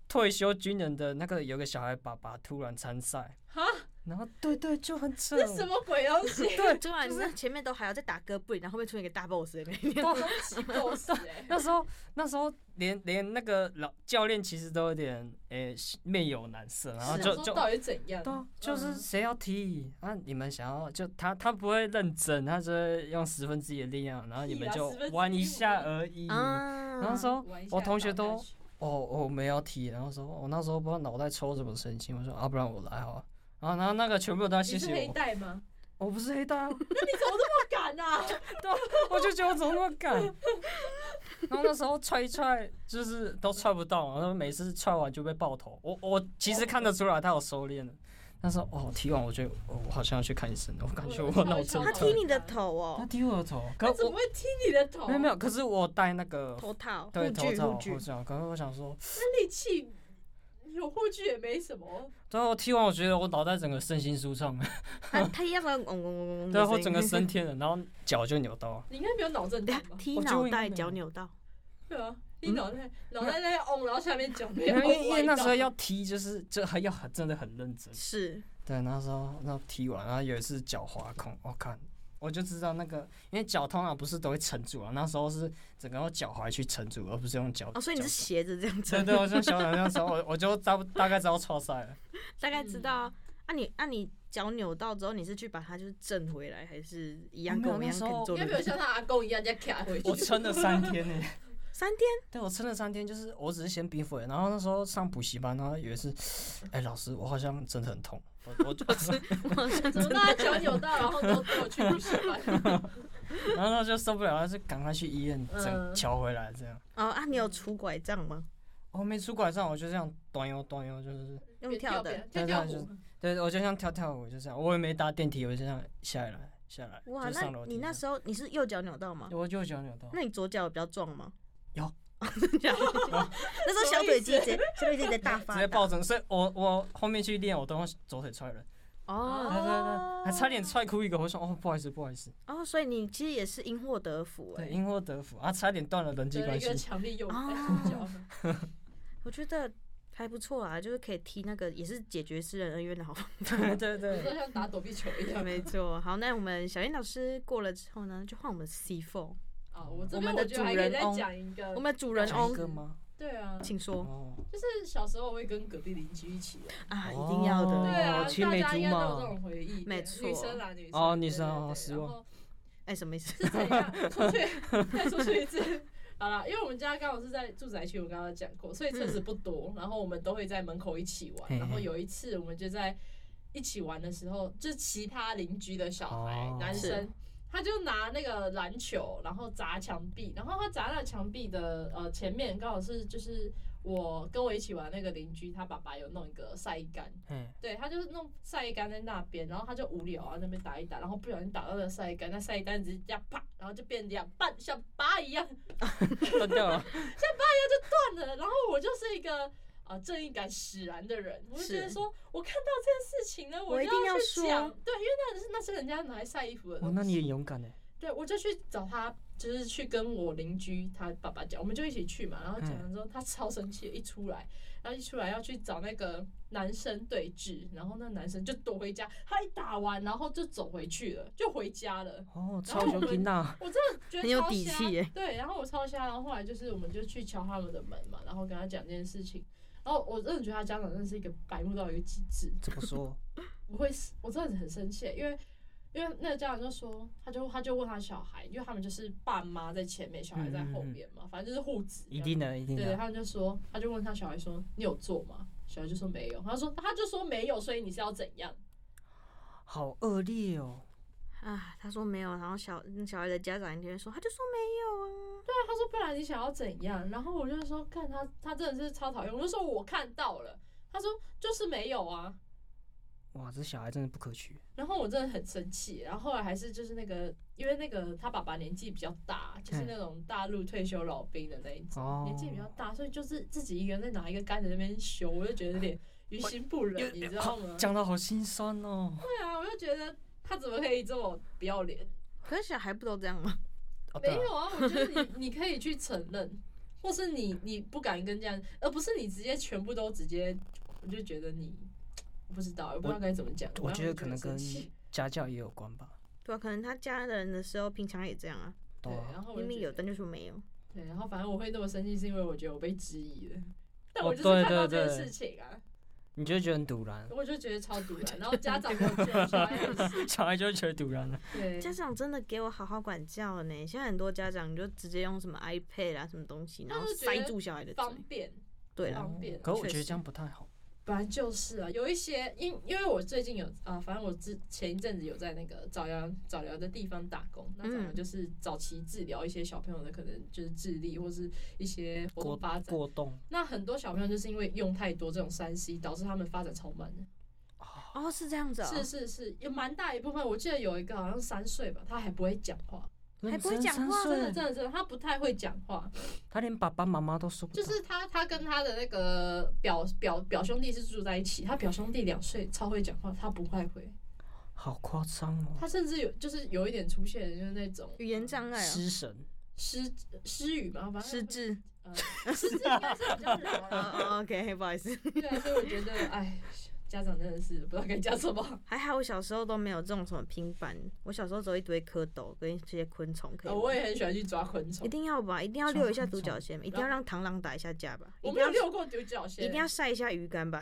S3: 退休军人的那个有个小孩爸爸突然参赛，
S2: 哈，
S3: 然后对对，就很扯，
S2: 这什么鬼东 西？
S3: 对，
S1: 突然那前面都还要在打哥布林，然后后面出现一个大 boss 在那边。
S2: 东西够死哎！
S3: 那时候那时候连连那个老教练其实都有点诶、面有难色，然后
S2: 想
S3: 就
S2: 说
S3: 就
S2: 到底怎样？
S3: 对啊，就是
S1: 嗯
S3: 谁要踢啊？你们想要就他他不会认真，他只会用十分之一的力量，然后你们就
S2: 屁啦
S3: 玩一下而已。
S1: 啊
S3: 然后说
S2: 玩一下
S3: 我同学
S2: 打下
S3: 都
S2: 去
S3: 哦哦没有踢，然后说我那时候不知道脑袋抽什么神经，我说啊不然我来好了。然后然后那个全部都要啊谢
S2: 你是
S3: 谢
S2: 黑
S3: 我，
S2: 带吗？
S3: 我不是黑带啊，
S2: 那你怎么这么敢啊？
S3: 我就觉得我怎么那么敢。 然后那时候踹一踹，就是都踹不到，然后每次踹完就被爆头。我我其实看得出来他有收敛了。那时候哦踢完，我觉得哦我好像要去看医生了，我感觉我脑震
S1: 他
S3: 荡
S1: 踢。你的头
S4: 他
S1: 哦，
S4: 踢我的头，
S3: 可
S2: 怎么
S3: 我
S2: 会踢你的头？啊
S3: 没有没有，可是我戴那个
S1: 头套、护
S3: 对头
S1: 具、
S3: 罩
S1: 护
S3: 护
S1: 具。
S3: 罩，可是我想说，
S2: 那 力气有护具也没什么，
S3: 对啊我踢完我觉得我脑袋整个身心舒畅了，
S1: 他他一样的嗡嗡嗡嗡嗡的
S3: 对啊，
S1: 声音。
S3: 我整 个升天了，然后脚就扭到了。
S2: 你应该没有脑震
S1: 等
S2: 荡
S1: 下
S2: 吧？
S1: 啊踢
S3: 我就
S1: 脑
S3: 应该
S1: 袋，
S3: 没有
S1: 脚扭到。
S3: 嗯
S2: 对啊，你脑袋脑袋在嗡，然后下面脚没
S3: 因
S2: 有
S3: 为
S2: 歪
S3: 因
S2: 到。
S3: 为因为那时候要踢，就是就还要很真的很认真。
S1: 是，
S3: 对，那时候那踢完，然后有一次脚滑空，我、看我就知道那个，因为脚通常不是都会撑住啊，那时候是整个用脚踝去撑住，而不是用脚。
S1: 哦，所以你是
S3: 脚
S1: 斜着这样
S3: 对
S1: 子，
S3: 对，我就想想那时候，我我就大大概知道错赛了。
S1: 大概知道
S3: 嗯
S1: 啊。啊你啊你脚扭到之后，你是去把它就是正回来，还是一样
S3: 哦没
S1: 跟
S3: 有
S1: 我们一
S3: 那
S1: 样
S3: 时
S1: 跟
S3: 候
S1: 做
S2: 应该
S1: 那
S2: 没
S1: 个？
S2: 有像他阿公一样这样卡回 去。
S4: 我撑了三天呢。
S1: 三天
S3: 对我撑了三天，就是我只是先冰敷而已，然后那时候上补习班，然后有一次，哎、老师，我好像真的很痛，我我就
S2: 怎么大家脚扭到，然后都跟我去补习班？
S3: 然后他就受不了，他就赶快去医院整
S2: 嗯
S3: 瞧回来这样。
S1: 哦啊，
S3: 嗯
S1: 你有拄拐杖吗？
S3: 我没拄拐杖，我就这样端悠端悠，就是
S1: 用跳的。
S2: 跳跳舞，
S3: 对，我就像跳跳舞，就这样，我也没搭电梯，我就这样下来下来，
S1: 哇，那
S3: 就上楼梯
S1: 你
S3: 这
S1: 那
S3: 样。
S1: 时候你是右脚扭到吗？
S3: 我就脚扭到，
S1: 那你左脚有比较壮吗？
S3: 有
S1: 啊，真的假的那时候小腿肌直接小腿肌直接大发
S3: 直接
S1: 达
S3: 抱枕，所以我我后面去练，我都用左腿踹人，对对对，还差点踹哭一个，我说哦不好意思不好意思，
S1: 哦，所以你其实也是因祸得福哎、
S3: 对，因祸得福啊，差点断了人际
S2: 得了一
S3: 关系
S2: 个， 强力右
S1: 哦
S2: 摆左脚。
S1: 我觉得还不错啊，就是可以踢那个也是解决私人恩怨的好方
S3: 对对
S2: 你说
S3: 对，
S2: 像打躲避球一
S1: 法。
S2: 样
S1: 没错，好，那我们小燕老师过了之后呢，就换我们 C four，
S2: 啊！我这
S1: 我
S2: 边
S1: 们的
S2: 我觉得还
S1: 主
S2: 可以
S1: 人
S2: 再
S1: 翁
S2: 讲一个
S1: 我，们主人
S3: 讲一
S1: 翁，
S3: 个吗？
S2: 对啊，
S1: 请说
S3: 哦，
S2: 就是小时候我会跟隔壁邻居一起玩，
S1: 啊，一定要
S3: 哦
S2: 对
S1: 的。
S2: 啊，
S3: 青梅
S2: 大家应该
S3: 竹
S2: 都
S3: 马
S2: 有这种回忆，
S1: 没
S2: 对
S1: 错
S2: 女生啦，女生
S3: 哦女生
S2: 对对对
S3: 哦失望
S2: 然后
S1: 哎，什么意思？
S2: 是怎样？出去，再出去一次。 好啦，因为我们家刚好是在住宅区，我刚刚讲过，所以车子不多，然后我们都会在门口一起玩。
S3: 嘿嘿
S2: 然后有一次，我们就在一起玩的时候，就是其他邻居的小孩，
S3: 哦
S2: 男
S1: 是
S2: 生。他就拿那个篮球，然后砸墙壁，然后他砸到墙壁的呃前面刚好是就是我跟我一起玩那个邻居，他爸爸有弄一个晒衣杆，
S3: 嗯，
S2: 对他就是弄晒衣杆在那边，然后他就无聊啊，那边打一打，然后不小心打到了晒衣杆，那晒衣杆直接这样啪，然后就变这样半像疤一样
S3: 断掉了，
S2: 断了。然后我就是一个啊、呃正义感使然的人，我就觉得
S1: 是
S2: 说我看到这件事情呢，
S1: 我一
S2: 就
S1: 定要
S2: 去
S1: 说哦
S2: 讲，对，因为那是那是人家拿来晒衣服的东
S3: 哇，
S2: 西，
S3: 那你很勇敢哎，
S2: 对，我就去找他，就是去跟我邻居他爸爸讲，我们就一起去嘛。然后讲
S1: 嗯
S2: 完之后，他超生气，一出来，然后一出来要去找那个男生对峙，然后那男生就躲回家，他一打完，然后就走回去了，就回家了。
S3: 哦，超勇敢呐，
S2: 我真的觉得
S1: 很有
S2: 超
S1: 底
S2: 瞎
S1: 气耶
S2: 对，然后我超瞎，然后后来就是我们就去敲他们的门嘛，然后跟他讲这件事情。然后我真的觉得他家长真的是一个白目到一个极致，
S3: 怎么说？
S2: 我会，我真的很生气，因为因为那个家长就说，他就他就问他小孩，因为他们就是爸妈在前面，小孩在后边嘛，反正就是护子，
S3: 嗯一定。的，一定
S2: 对对，
S3: 的，
S2: 他们就说，他就问他小孩说：“你有做吗？”小孩就说没有，他说他就说没有，所以你是要怎样？
S3: 好恶劣哦，
S1: 啊，他说没有，然后小小孩的家长一定会说，他就说没有啊。
S2: 对啊，他说不然你想要怎样？然后我就说看他，他真的是超讨厌，我就说我看到了，他说就是没有啊，
S3: 哇，这小孩真的不可取，
S2: 然后我真的很生气，然后后来还是就是那个，因为那个他爸爸年纪比较大，
S3: 嗯
S2: 就是那种大陆退休老兵的那一种，
S3: 哦
S2: 年纪比较大，所以就是自己一个人在拿一个杆子在那边修，我就觉得有点于心不
S3: 有
S2: 忍，你知道吗？
S3: 讲的好心酸哦。
S2: 对啊，我就觉得他怎么可以这么不要脸？
S1: 可是小孩不都这样吗？
S3: 哦
S2: 没
S3: 对啊
S2: 有啊，我觉得你 你可以去承认，或是你你不敢跟这样，而不是你直接全部都直接，我就觉得你不知道，我不知道该怎么讲。
S4: 啊我觉得可能
S2: 生
S4: 跟
S2: 气
S4: 家教也有关吧。
S1: 对啊，可能他家人的时候，平常也这样啊，
S2: 对
S4: 对，啊，
S2: 然后我
S1: 明
S2: 就
S1: 明
S2: 觉
S1: 有，
S2: 得
S1: 但就说没有。
S2: 对，然后反正我会那么生气，是因为我觉得我被质疑了。但
S4: 哦
S2: 我就是
S4: 对
S2: 看到
S4: 对
S2: 这件
S4: 对
S2: 事情啊，
S4: 你就会觉得很堵然，
S2: 我就觉得超堵然，然后家长我觉得小孩也 是
S4: 小孩就会觉得堵然了。
S2: 哎对，
S1: 家长真的给我好好管教了呢。现在很多家长就直接用什么 iPad 啊，什么东西，然后
S2: 但是觉得
S1: 塞住小孩的嘴
S2: 方。便，
S1: 对啊啦，
S2: 方便
S4: 可我
S1: 确
S4: 觉得
S1: 实
S4: 这样不太好。
S2: 本来就是啊，有一些因因为我最近有啊、反正我之前一阵子有在那个早疗早疗的地方打工，那早疗
S1: 嗯
S2: 就是早期治疗一些小朋友的可能就是智力或是一些活
S4: 过
S2: 动发展。
S4: 过动，
S2: 那很多小朋友就是因为用太多这种三 C，导致他们发展超慢的。
S4: 啊
S1: 哦，是这样子哦，
S2: 是是是，有蛮大一部分，我记得有一个好像三岁吧，他还不会讲话，
S1: 还不会讲
S4: 三
S1: 话
S4: 岁
S2: 真的真的真的，他不太会讲话，
S4: 他连爸爸妈妈都说不
S2: 就
S4: 到。
S2: 是他他跟他的那个表表表兄弟是住在一起，他表兄弟两岁超会讲话，他不太会。
S4: 好夸张哦，
S2: 他甚至有就是有一点出现就是那种
S1: 语言障碍哦，
S4: 失 神。
S2: 失失语嘛，反正
S1: 失智。
S2: 呃 失智应该是比较老
S1: 哦
S2: 了。
S1: 哦 OK，不好意思，
S2: 对啊，所以我觉得哎，家长真的是不知道该讲什么。
S1: 还好我小时候都没有这种什么平板，我小时候只有一堆蝌蚪跟这些昆虫可以
S2: 呃
S1: 玩。
S2: 我也很喜欢去抓昆
S1: 一
S2: 虫，
S1: 定要吧，一定要
S4: 抓
S1: 溜一下
S4: 昆
S1: 独角
S4: 虫
S1: 仙吧，一定要让螳螂打一下架吧，一
S2: 我
S1: 定
S2: 没有
S1: 要
S2: 遛过独角仙。
S1: 一定要晒一下鱼竿 吧。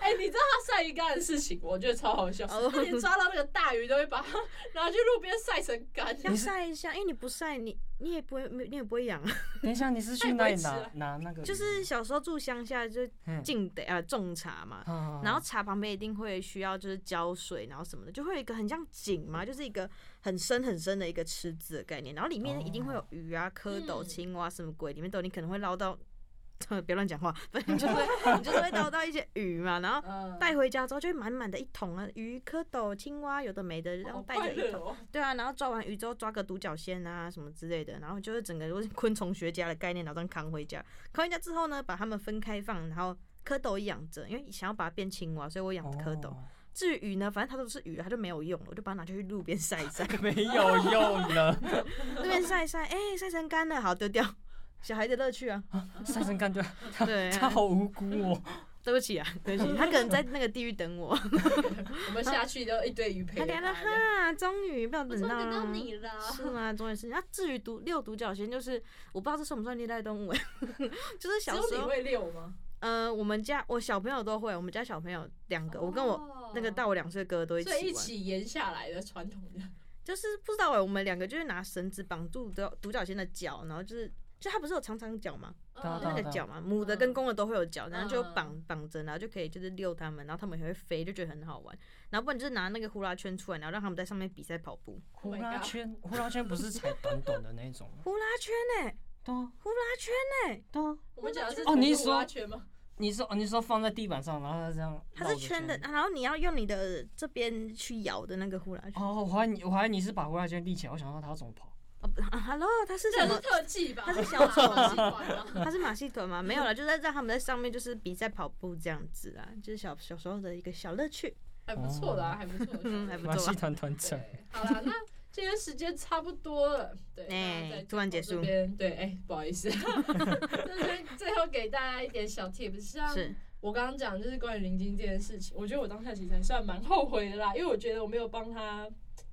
S2: 哎、你知道他晒鱼竿的事情，我觉得超好笑。
S1: 哦
S2: 他连抓到那个大鱼都会把它拿去路边晒成干，
S1: 要晒一下，因为你不晒，你你也不会，你也不会养啊。
S2: 嗯
S4: 等一下，你是去
S2: 也不
S4: 哪
S2: 会
S4: 里
S2: 吃
S4: 拿
S2: 啊
S4: 拿那个鱼？
S1: 就是小时候住乡下，就
S4: 嗯
S1: 进得啊种茶嘛，
S2: 嗯
S4: 啊
S1: 然后茶旁边一定会需要就是浇水，然后什么的，就会有一个很像井嘛，就是一个很深很深的一个池子的概念，然后里面一定会有鱼啊、蝌蚪、
S2: 哦嗯
S1: 青蛙什么鬼，里面都你可能会捞到， 别乱讲话，反正就是会你就是会捞到一些鱼嘛，然后。
S2: 嗯，
S1: 带回家之后就会满满的一桶啊，鱼、蝌蚪、青蛙，有的没的，然
S2: 好
S1: 后带着
S2: 快
S1: 一
S2: 乐
S1: 桶，
S2: 哦。
S1: 对啊，然后抓完鱼之后抓个独角仙啊什么之类的，然后就是整个都是昆虫学家的概念，然后这样扛回家。扛回家之后呢，把它们分开放，然后蝌蚪也养着，因为想要把它变青蛙，所以我养蝌蚪。
S4: 哦
S1: 至于鱼呢，反正它都是鱼，它就没有用了，我就把它拿去路边晒一晒，
S4: 没有用了，
S1: 路边晒一晒，哎、晒成干了，好丢掉。 小孩的乐趣啊，
S4: 晒成干掉，他
S1: 对啊
S4: 他 好无辜哦。
S1: 对不起啊，对不起，他可能在那个地狱 等我。
S2: 我们下去就一堆鱼
S1: 他
S2: 陪
S1: 嗯啊来
S2: 着
S1: 了
S2: 他。
S1: 哈，终于被我
S2: 我
S1: 等
S2: 终于
S1: 到
S2: 等到
S1: 了。
S2: 你了，
S1: 是吗？终于是。那至于独六独角仙，就是我不知道这算不算虐待动物、欸， 就是
S2: 只
S1: 小
S2: 有
S1: 时
S2: 你
S1: 候，
S2: 会遛吗？
S1: 呃，我们家我小朋友都会，我们家小朋友两个，我跟我
S2: 我
S1: 那个大我两岁的哥哥都一起
S2: 哦所以一
S1: 玩，
S2: 起沿下来的传统的，
S1: 就是不知道哎、我们两个就是拿绳子绑住独独角仙的脚，然后就是。就它不是有长长脚嘛，
S4: 啊
S1: 就那
S4: 对
S1: 个
S4: 啊
S1: 脚嘛，母的跟公的都会有脚，然后就
S2: 嗯
S1: 绑绑着，然后就可以就是遛它们，然后它们也会飞，就觉得很好玩。然后不然就是拿那个呼啦圈出来，然后让他们在上面比赛跑步。
S4: 呼
S2: Oh my
S4: 啦
S2: god
S4: 圈，呼啦圈不是才短短的那种吗？
S1: 呼啦圈哎、
S4: 对啊，
S1: 呼啦圈哎、
S4: 对啊。
S2: 我们讲的是
S4: 哦你
S2: 葫芦
S4: 说
S2: 娃圈吗？
S4: 你说，哦你说放在地板上，然后他这样，
S1: 它是圈的，。然后你要用你的这边去摇的那个呼啦圈。
S4: 哦，我怀疑你，我怀疑你是把呼啦圈立起来，我想说他要怎么跑。
S1: 哦不啊，Hello，它是什
S2: 这是
S1: 么？
S2: 特技吧？
S1: 它是小丑
S2: 马戏团啊吗？
S1: 它是马戏团吗？没
S2: 嗯
S1: 有了，就是让他们在上面就是比赛跑步这样子啦，就是小小时候的一个小乐趣。
S2: 还不错啦，还不错的
S1: 嗯还不
S2: 小
S1: 错
S4: 马戏团团
S2: 朋
S4: 长
S1: 啊
S2: 友。，对好啦，那今天时间差不多了，对，
S1: 哎
S2: 那在
S1: 突然结束
S2: 这边对，哎，不好 意思，就是最后给大家一点小 tips，像
S1: 是，
S2: 我刚刚讲就是关于林晶这件事情，我觉得我当下其实还算蛮后悔的啦，因为我觉得我没有帮他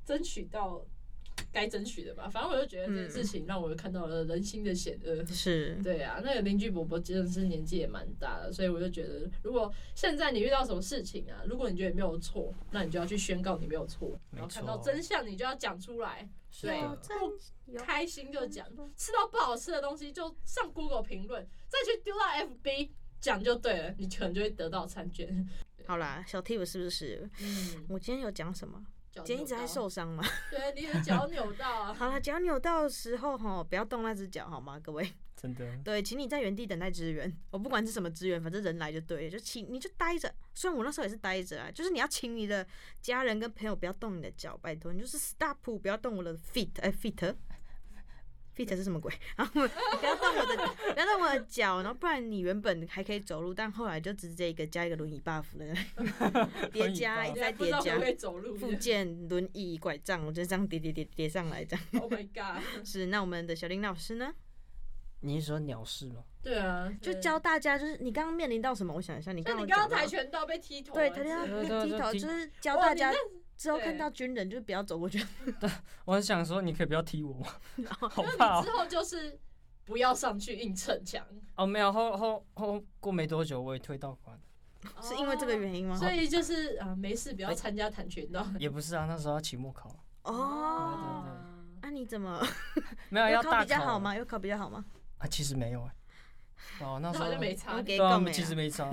S2: 争取到该争取的吧，反正我就觉得这件事
S1: 嗯
S2: 情让我看到了人心的险恶。
S1: 是，
S2: 对啊，那个邻居伯伯真的是年纪也蛮大的，所以我就觉得，如果现在你遇到什么事情啊，如果你觉得没有错，那你就要去宣告你没有错，然后看到
S4: 没错
S2: 真相你就要讲出来，
S4: 是
S2: 对
S3: 啊
S1: 有
S4: 的，
S1: 真有
S2: 开心就讲，吃到不好吃的东西就上 Google 评论，再去丢到 FB 讲就对了，你可能就会得到餐券。
S1: 好啦，小 T 我是不是？
S2: 嗯，
S1: 我今天有讲什么？
S2: 脚
S1: 今天一直
S2: 扭
S1: 在
S2: 到，
S1: 受伤嘛。
S2: 对，你的脚扭到啊，
S1: 好了，脚扭到的时候哈，不要动那只脚好吗，各位？
S4: 真的。
S1: 对，请你在原地等待支援。 我不管是什么支援，反正人来就对了，就请你就待着。虽然我那时候也是待着啊，就是你要请你的家人跟朋友不要动你的脚，拜托你就是 stop，不要动我的 feet，哎 feet。feet 是什么鬼？ 然后不要动我的，不要动我的脚，然后不然你原本还可以走路，但后来就直接一个加一个轮椅 buff 的叠加， 一
S4: 轮椅 buff
S1: 直在
S2: 不
S1: 叠
S2: 知道会
S1: 加
S2: 不，会走路
S1: 附件、轮椅、拐杖，我就这样叠叠叠叠上来这样。
S2: ，Oh my god！
S1: 是，那我们的小林老师呢？
S3: 你是说鸟事吗？
S2: 对啊，
S1: 就
S2: 对
S1: 教大家，就是你刚刚面临到什么？我想一下，你
S2: 那
S1: 刚
S2: 你
S1: 刚
S2: 刚刚
S1: 讲到
S2: 跆拳道被踢头啊，
S1: 对，他就
S2: 这
S1: 要
S3: 对
S1: 被
S3: 对
S1: 剃
S3: 对
S1: 头，
S3: 剃
S1: 就是教
S2: 哇
S1: 大
S2: 你
S1: 家
S2: 那
S1: 之后看
S2: 对
S1: 到军人就不要走过去。
S3: 我很想说，你可以不要踢 我吗？好
S2: 那你
S3: 怕哦、
S2: 之后就是不要上去硬逞强，
S3: 哦，没有，后后后过没多久，我也退道馆，
S1: 是因为这个原因吗？
S2: 哦所以就是啊，没事，不要参加跆拳道。
S3: 也不是啊，那时候要期末考，
S1: 哦，
S2: 哦，
S1: 那你怎么
S3: 没有
S1: 有
S3: 啊要
S1: 考
S3: 大
S1: 比较好
S3: 考
S1: 吗？有考比较好吗？
S3: 啊，其实没有哎、哦，那
S2: 那
S3: 时
S2: 好
S3: 候
S2: 像没差
S1: 我。给
S3: 对啊，
S1: 够
S3: 我
S1: 没
S3: 们
S1: 啊？
S3: 其实 没差，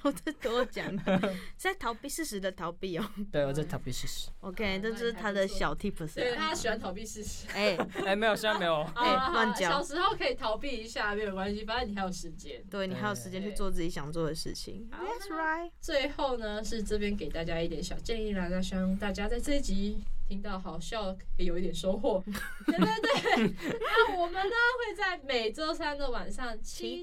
S1: 都是多讲 的，是在逃避事实的逃避哦。
S3: 对，我在逃避事实。
S1: OK，
S2: 嗯
S1: 这
S2: 那
S1: 就是
S2: 你还
S1: 他
S2: 不
S1: 的
S2: 错
S1: 小 tips
S2: 对
S1: 啊。
S2: 他喜欢逃避事实。
S1: 哎，
S3: 哎，没有，现在没有。
S1: 哎
S2: 啊
S1: 乱讲
S2: 小时候可以逃避一下，没有关系，反正你还有时间。
S1: 对你还有
S3: 对
S1: 时间去
S2: 对
S1: 做自己想做的事情。
S2: 好
S1: That's
S2: 那
S1: right。
S2: 最后呢，是这边给大家一点小建议啦，那希望大家在这一集听到好笑，也有一点收 获。对对对，那我们呢会在每周三的晚上七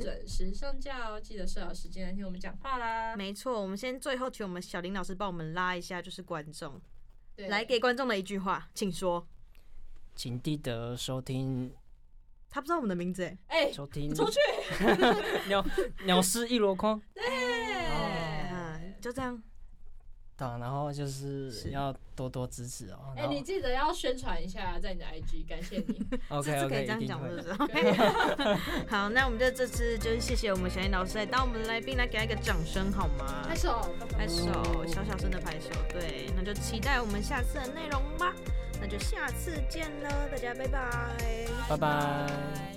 S1: 7点
S2: 准时上架哦，记得设好时间来听我们讲话啦。
S1: 没错，我们先最后请我们小林老师帮我们拉一下，就是观众
S2: 对
S1: 来给观众的一句话，请说。
S3: 请记得收听
S1: 他不知道我们的名字哎，
S2: 哎，
S3: 收听
S2: 出去，
S3: 鸟鸟事一箩筐，
S1: 嗯
S2: 哎，
S1: 就这样。
S3: 对啊，然后就是是要多多支持哦。
S2: 哎，你记得要宣传一下，在你的 IG，感谢你。
S1: 这
S3: OK
S1: 次可
S3: OK，
S1: 以这样
S3: 一定
S1: 讲，
S3: 会
S1: 是不
S3: 的。
S1: 是 ？OK，好， 那我们就这次就是谢谢我们小林老师来当我们的来宾，来给他一个掌声好吗？
S2: 拍手，
S1: 拍手，小小声的拍手。对，那就期待我们下次的内容吧。那就下次见了，大家拜拜。
S3: 拜拜。